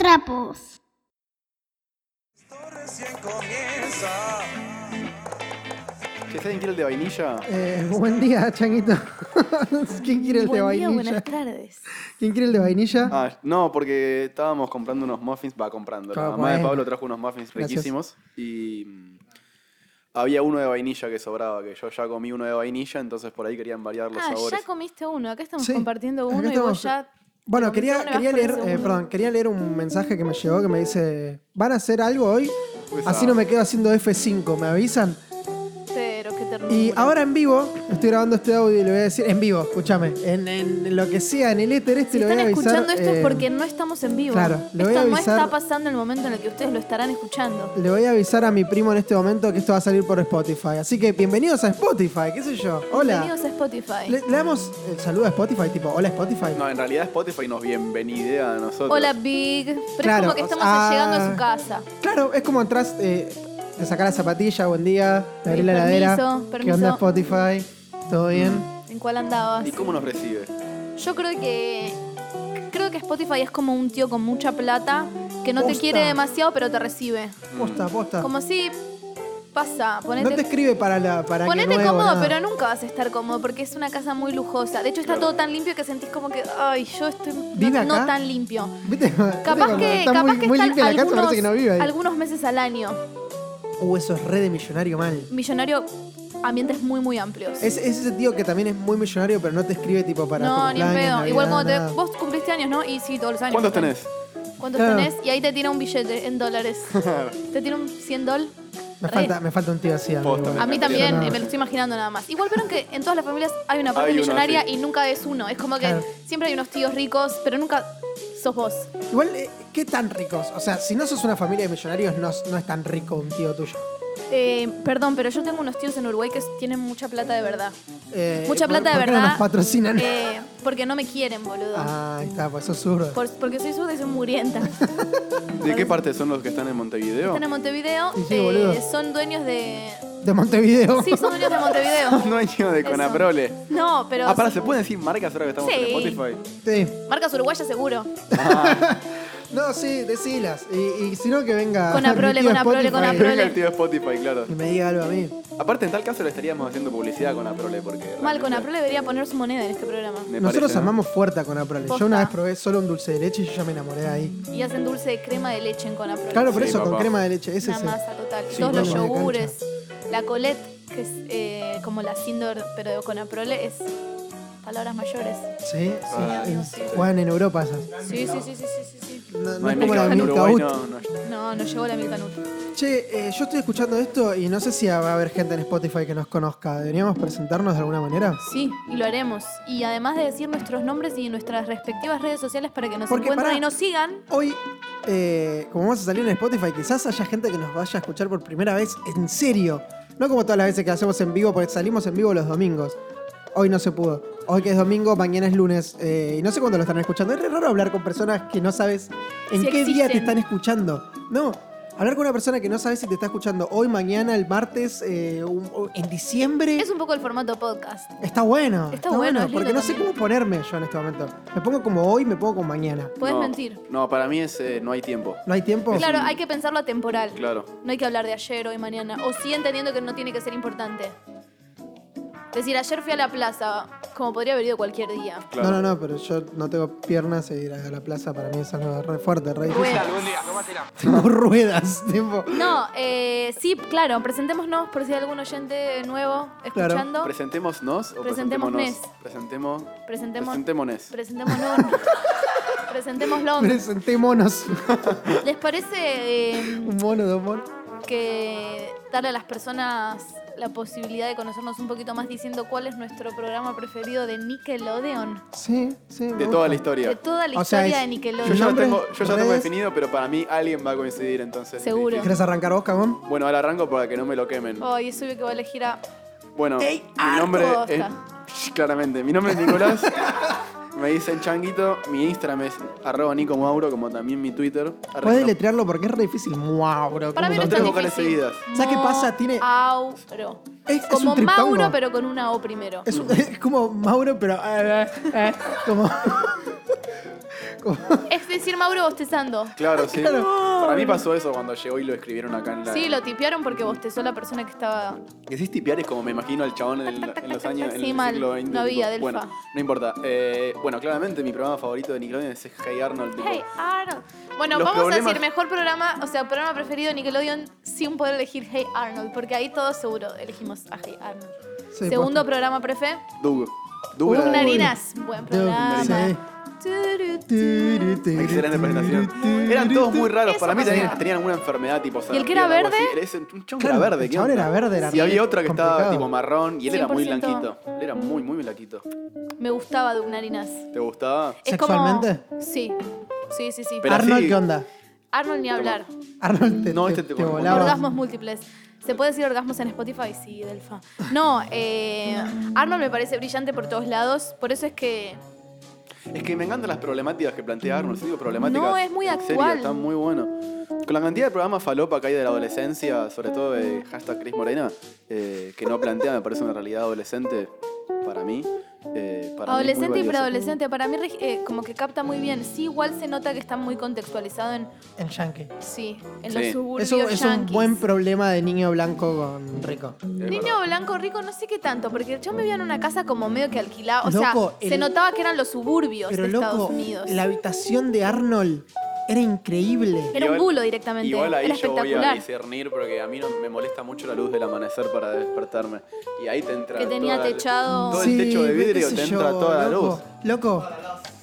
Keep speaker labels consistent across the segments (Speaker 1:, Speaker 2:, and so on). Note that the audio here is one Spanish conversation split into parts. Speaker 1: guapos.
Speaker 2: Esto recién comienza.
Speaker 3: ¿Qué saben quiere el de vainilla?
Speaker 4: Eh, buen día, Changuito. ¿Quién quiere el de
Speaker 1: Buen día,
Speaker 4: vainilla?
Speaker 1: buenas tardes.
Speaker 4: ¿Quién quiere el de vainilla?
Speaker 3: Ah, no, porque estábamos comprando unos muffins, va comprando. La
Speaker 4: Ah,
Speaker 3: mamá de
Speaker 4: bueno.
Speaker 3: Pablo trajo unos muffins
Speaker 4: Gracias.
Speaker 3: riquísimos y mm, había uno de vainilla que sobraba, que yo ya comí uno de vainilla, entonces por ahí querían variar los
Speaker 5: Ah,
Speaker 3: sabores.
Speaker 5: ya comiste uno. Acá estamos
Speaker 4: Sí,
Speaker 5: compartiendo
Speaker 4: acá
Speaker 5: uno y
Speaker 4: estamos-
Speaker 5: vos ya.
Speaker 4: bueno,
Speaker 5: no, no
Speaker 4: quería,
Speaker 5: le
Speaker 4: quería
Speaker 5: vas con el
Speaker 4: leer, eh,
Speaker 5: segundo.
Speaker 4: perdón, quería leer un mensaje que me llegó que me dice, ¿van a hacer algo hoy?
Speaker 3: Pues,
Speaker 4: Así
Speaker 3: ah,
Speaker 4: no me quedo haciendo F5, ¿me avisan?
Speaker 5: Pero qué ternura.
Speaker 4: Y ahora en vivo, estoy grabando este audio y le voy a decir, en vivo, escúchame, en, en lo que sea, en el éter este
Speaker 5: Si
Speaker 4: le voy
Speaker 5: están
Speaker 4: a avisar.
Speaker 5: escuchando esto
Speaker 4: eh,
Speaker 5: es porque no estamos en vivo.
Speaker 4: claro, le voy
Speaker 5: esto
Speaker 4: a
Speaker 5: no
Speaker 4: avisar-
Speaker 5: está pasando en el momento en el que ustedes lo estarán escuchando.
Speaker 4: Le voy a avisar a mi primo en este momento que esto va a salir por Spotify. Así que bienvenidos a Spotify, qué sé yo. Hola.
Speaker 5: Bienvenidos a Spotify.
Speaker 4: Le, le damos el saludo a Spotify, tipo, hola Spotify.
Speaker 3: No, en realidad Spotify nos bienvenidea a nosotros.
Speaker 5: Hola, Big. Pero
Speaker 4: Claro, ah.
Speaker 5: es como que
Speaker 4: o
Speaker 5: estamos
Speaker 4: sea-
Speaker 5: llegando a su casa.
Speaker 4: Claro, es como entras, eh, te sacás la zapatilla, buen día, te abrís la
Speaker 5: Permiso,
Speaker 4: heladera. ¿Qué
Speaker 5: permiso.
Speaker 4: onda Spotify? ¿Todo bien?
Speaker 5: ¿En cuál andabas?
Speaker 3: ¿Y cómo nos recibe?
Speaker 5: Yo creo que. Creo que Spotify es como un tío con mucha plata que no te
Speaker 4: Posta.
Speaker 5: quiere demasiado, pero te recibe.
Speaker 4: Posta, posta.
Speaker 5: Como si. Pasa,
Speaker 4: no te
Speaker 5: ponete
Speaker 4: escribe para la para que
Speaker 5: Ponete
Speaker 4: nuevo,
Speaker 5: cómodo,
Speaker 4: nada.
Speaker 5: pero nunca vas a estar cómodo porque es una casa muy lujosa. De hecho, está todo tan limpio que sentís como que, ay, yo estoy no-
Speaker 4: ¿Vive
Speaker 5: no,
Speaker 4: acá?
Speaker 5: tan limpio.
Speaker 4: ¿Viste?
Speaker 5: Capaz
Speaker 4: Cuando
Speaker 5: que,
Speaker 4: está
Speaker 5: capaz
Speaker 4: muy,
Speaker 5: que
Speaker 4: muy
Speaker 5: están
Speaker 4: limpia la casa,
Speaker 5: algunos,
Speaker 4: parece que no vive ahí.
Speaker 5: algunos meses al año.
Speaker 4: Uh, eso es re de millonario mal.
Speaker 5: Millonario, ambientes muy, muy amplios.
Speaker 4: Es, es ese tío que también es muy millonario, pero no te escribe tipo para tu
Speaker 5: no, ni en
Speaker 4: cumpleaños,
Speaker 5: pedo.
Speaker 4: Navidad,
Speaker 5: Igual cuando te,
Speaker 4: nada.
Speaker 5: vos cumpliste años, ¿no? Y sí, todos los años.
Speaker 3: ¿Cuántos tenés?
Speaker 5: ¿Cuántos
Speaker 4: Claro.
Speaker 5: tenés? Y ahí te tira un billete en dólares. te tira un 100 dólares.
Speaker 4: Me falta, me falta un tío así. amigo.
Speaker 3: Posta, me
Speaker 5: A mí
Speaker 3: encantaría.
Speaker 5: también,
Speaker 4: No.
Speaker 5: eh, me lo estoy imaginando nada más. Igual vieron que en todas las familias hay una parte
Speaker 3: Hay uno,
Speaker 5: millonaria
Speaker 3: sí.
Speaker 5: y nunca es uno. Es como que
Speaker 4: Claro.
Speaker 5: siempre hay unos tíos ricos, pero nunca sos vos.
Speaker 4: Igual, eh, ¿qué tan ricos? O sea, si no sos una familia de millonarios, no, no es tan rico un tío tuyo.
Speaker 5: Eh, perdón, pero yo tengo unos tíos en Uruguay que tienen mucha plata de verdad.
Speaker 4: Eh,
Speaker 5: Mucha
Speaker 4: ¿por-
Speaker 5: plata de
Speaker 4: por qué No
Speaker 5: verdad.
Speaker 4: nos patrocinan.
Speaker 5: Eh, porque no me quieren, boludo.
Speaker 4: Ah, ahí está, pues sos zurdo.
Speaker 5: Por- porque soy zurda y soy murienta.
Speaker 3: ¿De qué parte son los que están en Montevideo?
Speaker 5: Están en Montevideo,
Speaker 4: Y sí,
Speaker 5: eh,
Speaker 4: boludo.
Speaker 5: son dueños de...
Speaker 4: De Montevideo.
Speaker 5: Sí, son dueños de Montevideo.
Speaker 3: Dueño de
Speaker 5: Eso.
Speaker 3: Conaprole.
Speaker 5: No, pero...
Speaker 3: Ah, pará, ¿se pueden decir marcas ahora que estamos en
Speaker 5: Sí.
Speaker 3: Spotify?
Speaker 4: Sí.
Speaker 5: Marcas uruguayas seguro.
Speaker 4: No, sí, decilas. Y, y si no, que venga.
Speaker 5: Con Aprole,
Speaker 4: mi tío
Speaker 5: con Aprole,
Speaker 3: Que venga
Speaker 4: Spotify
Speaker 5: con
Speaker 3: el
Speaker 5: Prole.
Speaker 3: tío de Spotify, claro.
Speaker 4: Y me diga algo a mí.
Speaker 3: Aparte, en tal caso le estaríamos haciendo publicidad con Aprole porque.
Speaker 5: Mal, con
Speaker 3: realmente
Speaker 5: Aprole debería poner su moneda en este programa.
Speaker 3: me
Speaker 4: Nosotros
Speaker 3: parece, ¿no?
Speaker 4: amamos fuerte con Aprole. Yo
Speaker 5: Posta.
Speaker 4: una vez probé solo un dulce de leche y yo ya me enamoré ahí.
Speaker 5: Y hacen dulce de crema de leche en Conaprole.
Speaker 4: Claro, por
Speaker 3: Sí,
Speaker 4: eso, con
Speaker 3: papá.
Speaker 4: crema de leche. Ese
Speaker 5: Una
Speaker 4: es el-
Speaker 5: masa total.
Speaker 4: Sí,
Speaker 5: Todos los
Speaker 4: vamos de
Speaker 5: yogures. La colette, que es eh, como la Sindor, pero de Conaprole, es palabras mayores.
Speaker 4: Sí, sí.
Speaker 3: Ah,
Speaker 4: en-
Speaker 5: sí.
Speaker 4: Juegan en Europa esas.
Speaker 5: Sí, sí, sí, sí, sí, sí. sí.
Speaker 4: No, no
Speaker 3: No hay
Speaker 4: es como la
Speaker 3: mercado en
Speaker 4: Milka
Speaker 3: Uruguay,
Speaker 4: Ut.
Speaker 3: no, no.
Speaker 5: No, no llegó la Milka Nut.
Speaker 4: Che, eh, yo estoy escuchando esto y no sé si va a haber gente en Spotify que nos conozca. ¿Deberíamos presentarnos de alguna manera?
Speaker 5: Sí, y lo haremos. Y además de decir nuestros nombres y nuestras respectivas redes sociales para que nos
Speaker 4: Porque,
Speaker 5: encuentren
Speaker 4: pará.
Speaker 5: y nos sigan.
Speaker 4: Hoy, eh, como vamos a salir en Spotify, quizás haya gente que nos vaya a escuchar por primera vez en serio. No como todas las veces que hacemos en vivo, porque salimos en vivo los domingos. Hoy no se pudo. Hoy que es domingo, mañana es lunes. eh, y no sé cuándo lo estarán escuchando. Es re raro hablar con personas que no sabes en
Speaker 5: Si
Speaker 4: qué día te
Speaker 5: existen.
Speaker 4: están escuchando. No, hablar con una persona que no sabes si te está escuchando hoy, mañana, el martes, eh, un- o- en diciembre.
Speaker 5: Es un poco el formato podcast.
Speaker 4: Está bueno.
Speaker 5: Está bueno, es lindo
Speaker 4: porque no sé
Speaker 5: también.
Speaker 4: cómo ponerme yo en este momento. Me pongo como hoy, me pongo como mañana.
Speaker 5: Puedes
Speaker 3: No,
Speaker 5: mentir.
Speaker 3: No, para mí es eh, no hay tiempo.
Speaker 4: ¿No hay tiempo?
Speaker 5: Claro, hay que pensarlo atemporal.
Speaker 3: Claro.
Speaker 5: No hay que hablar de ayer, hoy, mañana. O sí entendiendo que no tiene que ser importante. Es decir, ayer fui a la plaza, como podría haber ido cualquier día.
Speaker 3: claro.
Speaker 4: No, no, no, pero yo no tengo piernas e ir a la plaza para mí es algo re fuerte, re difícil.
Speaker 5: Bueno.
Speaker 4: Tengo ruedas, tipo.
Speaker 5: No, eh, sí, claro, presentémonos por si hay algún oyente nuevo
Speaker 4: Claro.
Speaker 5: escuchando.
Speaker 3: Presentémonos o
Speaker 5: Presentémonos.
Speaker 3: presentémonos. Presentemos.
Speaker 5: Presentemos,
Speaker 3: Presentémonos.
Speaker 5: presentémonos. Presentémoslo.
Speaker 4: Presenté monos.
Speaker 5: ¿Les parece eh,
Speaker 4: Un mono, dos monos.
Speaker 5: que darle a las personas la posibilidad de conocernos un poquito más diciendo cuál es nuestro programa preferido de Nickelodeon?
Speaker 4: Sí, sí. me
Speaker 3: De
Speaker 4: gusta.
Speaker 3: toda la
Speaker 5: De
Speaker 3: historia.
Speaker 5: toda la
Speaker 4: O sea, es-
Speaker 5: historia de
Speaker 3: Yo
Speaker 5: Nickelodeon.
Speaker 3: ya lo
Speaker 4: Nombres,
Speaker 3: tengo, yo ya lo tengo
Speaker 4: redes.
Speaker 3: definido, pero para mí alguien va a coincidir entonces.
Speaker 5: Seguro. Oh.
Speaker 3: Es difícil.
Speaker 4: ¿Querés arrancar vos, cagón?
Speaker 3: Bueno, ahora arranco para que no me lo quemen.
Speaker 5: Ay, es obvio que va a elegir a.
Speaker 3: Bueno,
Speaker 4: Ey,
Speaker 3: mi nombre
Speaker 5: harto,
Speaker 3: es. Claramente, mi nombre es Nicolás. me dicen Changuito. Mi Instagram es arroba Nico Mauro, como también mi Twitter. Arre-
Speaker 4: Podés
Speaker 3: no-
Speaker 4: deletrearlo porque es re difícil. Muauro.
Speaker 5: Para
Speaker 4: ¿cómo
Speaker 3: Son
Speaker 4: se
Speaker 5: mí no es
Speaker 3: tres
Speaker 5: tan
Speaker 4: llama?
Speaker 3: vocales
Speaker 5: difícil.
Speaker 3: seguidas.
Speaker 4: ¿Sabes qué pasa? Tiene-
Speaker 5: Auro.
Speaker 4: Es- es
Speaker 5: Como
Speaker 4: un triptongo.
Speaker 5: Mauro, pero con una O primero.
Speaker 4: es, un- es como Mauro, pero. eh, eh, eh, como.
Speaker 5: Es decir, Mauro bostezando.
Speaker 3: Claro, sí. Para mí pasó eso cuando llegó y lo escribieron acá en la.
Speaker 5: Sí, lo tipearon porque bostezó la persona que estaba.
Speaker 3: Decís tipear es como me imagino al chabón en, el- en los años. en
Speaker 5: Sí,
Speaker 3: el
Speaker 5: mal.
Speaker 3: siglo XX.
Speaker 5: No había, Delfa.
Speaker 3: Bueno, no importa. Eh, bueno, claramente mi programa favorito de Nickelodeon es Hey Arnold. tipo,
Speaker 5: Hey, Arnold. Bueno,
Speaker 3: Los
Speaker 5: vamos a
Speaker 3: problemas-
Speaker 5: decir mejor programa, o sea, programa preferido de Nickelodeon sin poder elegir Hey Arnold, porque ahí todos seguro elegimos a Hey Arnold.
Speaker 4: Sí,
Speaker 5: Segundo
Speaker 4: posta.
Speaker 5: programa prefe,
Speaker 3: Doug. Doug
Speaker 4: Doug
Speaker 3: era de-
Speaker 5: Narinas. Buen programa.
Speaker 4: Sí.
Speaker 5: Turu,
Speaker 3: Excelente presentación. Eran todos muy raros.
Speaker 5: Eso
Speaker 3: Para mí tenían,
Speaker 5: pasaba.
Speaker 3: tenían alguna enfermedad tipo
Speaker 5: ¿Y el que era
Speaker 3: sarampión o algo
Speaker 5: verde?
Speaker 3: así. Era ese- un chongo
Speaker 4: Claro,
Speaker 3: era verde.
Speaker 4: el
Speaker 3: ¿qué
Speaker 4: chabón
Speaker 3: onda?
Speaker 4: era verde, era
Speaker 3: Y había
Speaker 4: re
Speaker 3: otra que estaba
Speaker 4: complicado.
Speaker 3: tipo marrón y él era muy
Speaker 5: 100%.
Speaker 3: blanquito. Él era muy, muy blanquito.
Speaker 5: Me gustaba Doug Narinas.
Speaker 3: ¿Te gustaba?
Speaker 5: Es
Speaker 4: ¿Sexualmente?
Speaker 5: Como... Sí. Sí, sí, sí.
Speaker 3: Pero
Speaker 4: Arnold,
Speaker 3: así-
Speaker 4: ¿qué onda?
Speaker 5: Arnold ni hablar.
Speaker 4: Arnold te,
Speaker 3: No,
Speaker 4: te-
Speaker 3: este te-
Speaker 4: te
Speaker 3: bueno,
Speaker 4: volaba.
Speaker 5: Orgasmos múltiples. ¿Se puede decir orgasmos en Spotify? Sí, Delfa. No, eh, Arnold me parece brillante por todos lados. Por eso es que
Speaker 3: Es que me encantan las problemáticas que plantea Arnold. sí, Digo, problemáticas.
Speaker 5: No, es muy
Speaker 3: en serio,
Speaker 5: actual.
Speaker 3: está muy bueno. Con la cantidad de programas falopa que hay de la adolescencia, sobre todo de hashtag Cris Morena, eh, que no plantea, me parece una realidad adolescente para mí. eh, para mí muy
Speaker 5: adolescente y
Speaker 3: valiosa.
Speaker 5: preadolescente, para mí reg- eh, como que capta muy bien. Sí, igual se nota que está muy contextualizado en,
Speaker 4: El yankee.
Speaker 5: sí, en
Speaker 3: Sí.
Speaker 5: los suburbios
Speaker 4: Eso es un
Speaker 5: yanquis.
Speaker 4: buen problema de niño blanco con rico.
Speaker 3: Es
Speaker 5: Niño blanco rico, no sé qué tanto, porque yo me vivía en una casa como medio que alquilada. O
Speaker 4: Loco,
Speaker 5: sea, se
Speaker 4: el-
Speaker 5: notaba que eran los suburbios
Speaker 4: Pero
Speaker 5: de Estados
Speaker 4: loco,
Speaker 5: Unidos.
Speaker 4: la habitación de Arnold era increíble.
Speaker 5: Era
Speaker 3: Igual-
Speaker 5: un bulo directamente.
Speaker 3: Igual ahí
Speaker 5: Era
Speaker 3: yo voy a
Speaker 5: espectacular.
Speaker 3: discernir porque a mí no, me molesta mucho la luz del amanecer para despertarme. Y ahí te entra.
Speaker 5: Que tenía
Speaker 3: toda la-
Speaker 5: techado.
Speaker 3: Todo el techo de
Speaker 4: pero qué
Speaker 3: vidrio
Speaker 4: sé
Speaker 3: te
Speaker 4: yo,
Speaker 3: entra toda la
Speaker 4: loco,
Speaker 3: luz.
Speaker 4: Loco,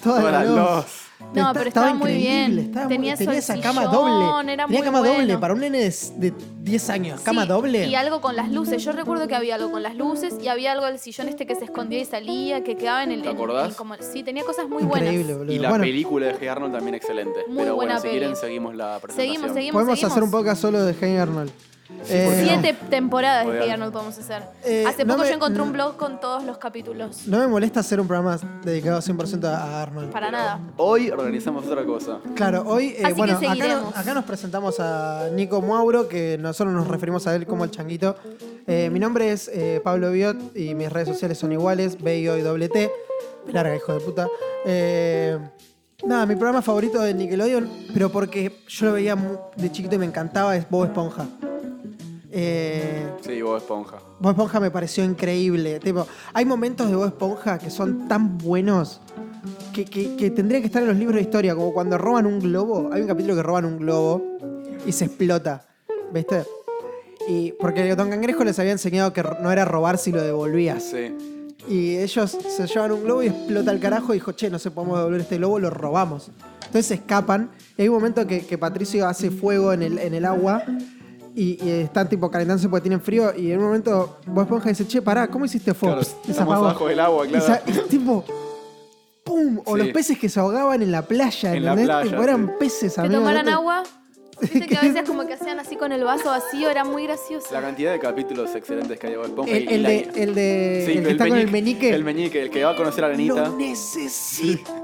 Speaker 4: toda,
Speaker 3: Toda
Speaker 4: la,
Speaker 3: la
Speaker 4: luz.
Speaker 3: luz.
Speaker 5: No,
Speaker 4: Está-
Speaker 5: pero estaba muy
Speaker 4: increíble,
Speaker 5: bien.
Speaker 4: estaba muy-
Speaker 5: Tenía
Speaker 4: esa
Speaker 5: sol,
Speaker 4: cama
Speaker 5: sillón,
Speaker 4: doble.
Speaker 5: era
Speaker 4: tenía
Speaker 5: muy
Speaker 4: cama doble
Speaker 5: bueno.
Speaker 4: para un nene de, de 10 años.
Speaker 5: Sí,
Speaker 4: Cama doble.
Speaker 5: Y algo con las luces. Yo recuerdo que había algo con las luces y había algo del sillón este que se escondía y salía, que quedaba en el.
Speaker 3: ¿Te
Speaker 5: en-
Speaker 3: acordás?
Speaker 5: en como- sí, tenía cosas muy buenas.
Speaker 4: increíble, boludo.
Speaker 3: Y la
Speaker 4: bueno,
Speaker 3: película de G. Arnold también excelente.
Speaker 5: Muy
Speaker 3: Pero bueno,
Speaker 5: buena
Speaker 3: si quieren
Speaker 5: peli.
Speaker 3: seguimos la presentación.
Speaker 5: Seguimos, seguimos.
Speaker 4: podemos
Speaker 5: seguimos.
Speaker 4: hacer un podcast solo de Hey Arnold.
Speaker 3: porque no.
Speaker 5: Siete temporadas de
Speaker 3: Podrían.
Speaker 5: que ya no podemos hacer.
Speaker 4: Eh,
Speaker 5: Hace
Speaker 4: no
Speaker 5: poco
Speaker 4: me-
Speaker 5: yo encontré
Speaker 4: no-
Speaker 5: un blog con todos los capítulos.
Speaker 4: No me molesta hacer un programa dedicado 100% a a Arnold.
Speaker 5: Para nada.
Speaker 3: Hoy organizamos otra cosa.
Speaker 4: Claro, hoy, eh,
Speaker 5: Así que
Speaker 4: bueno, acá,
Speaker 5: seguiremos.
Speaker 4: no- acá nos presentamos a Nico Mauro, que nosotros nos referimos a él como el changuito. Eh, mi nombre es eh, Pablo Biot y mis redes sociales son iguales, BIO y doble T. Larga, hijo de puta. Eh, nada, mi programa favorito de Nickelodeon, pero porque yo lo veía mu- de chiquito y me encantaba, es Bob Esponja. Eh,
Speaker 3: Sí, Bob Esponja.
Speaker 4: Bob Esponja me pareció increíble. Tipo, hay momentos de Bob Esponja que son tan buenos que, que- que tendrían que estar en los libros de historia, como cuando roban un globo. Hay un capítulo que roban un globo y se explota. ¿Viste? Y porque Don Cangrejo les había enseñado que no era robar si lo devolvías.
Speaker 3: Sí.
Speaker 4: Y ellos se llevan un globo y explota el carajo y dijo, che, no se podemos devolver este globo, lo robamos. Entonces se escapan. Y hay un momento que, que Patricio hace fuego en el, en el agua y, y están tipo calentándose porque tienen frío. Y en un momento Bob Esponja dice, che, pará, ¿cómo hiciste fuego?
Speaker 3: Claro,
Speaker 4: Pss, y se
Speaker 3: estamos
Speaker 4: apagó.
Speaker 3: abajo del agua,
Speaker 4: Y
Speaker 3: claro.
Speaker 4: sa- y tipo, ¡pum! O
Speaker 3: Sí.
Speaker 4: los peces que se ahogaban en la playa,
Speaker 3: En la
Speaker 4: ¿entendés?
Speaker 3: playa,
Speaker 4: Tipo, eran
Speaker 3: sí.
Speaker 4: peces,
Speaker 5: Que
Speaker 4: amigos,
Speaker 5: tomaran
Speaker 4: ¿no?
Speaker 5: agua. Viste que a veces como que hacían así con el vaso vacío, era muy gracioso.
Speaker 3: La cantidad de capítulos excelentes que hay de Bob Esponja.
Speaker 4: El,
Speaker 3: y
Speaker 4: el
Speaker 3: la-
Speaker 4: de, el de-
Speaker 3: Sí,
Speaker 4: el que está con el meñique.
Speaker 3: El meñique, el que va a conocer a Arenita.
Speaker 4: lo necesito.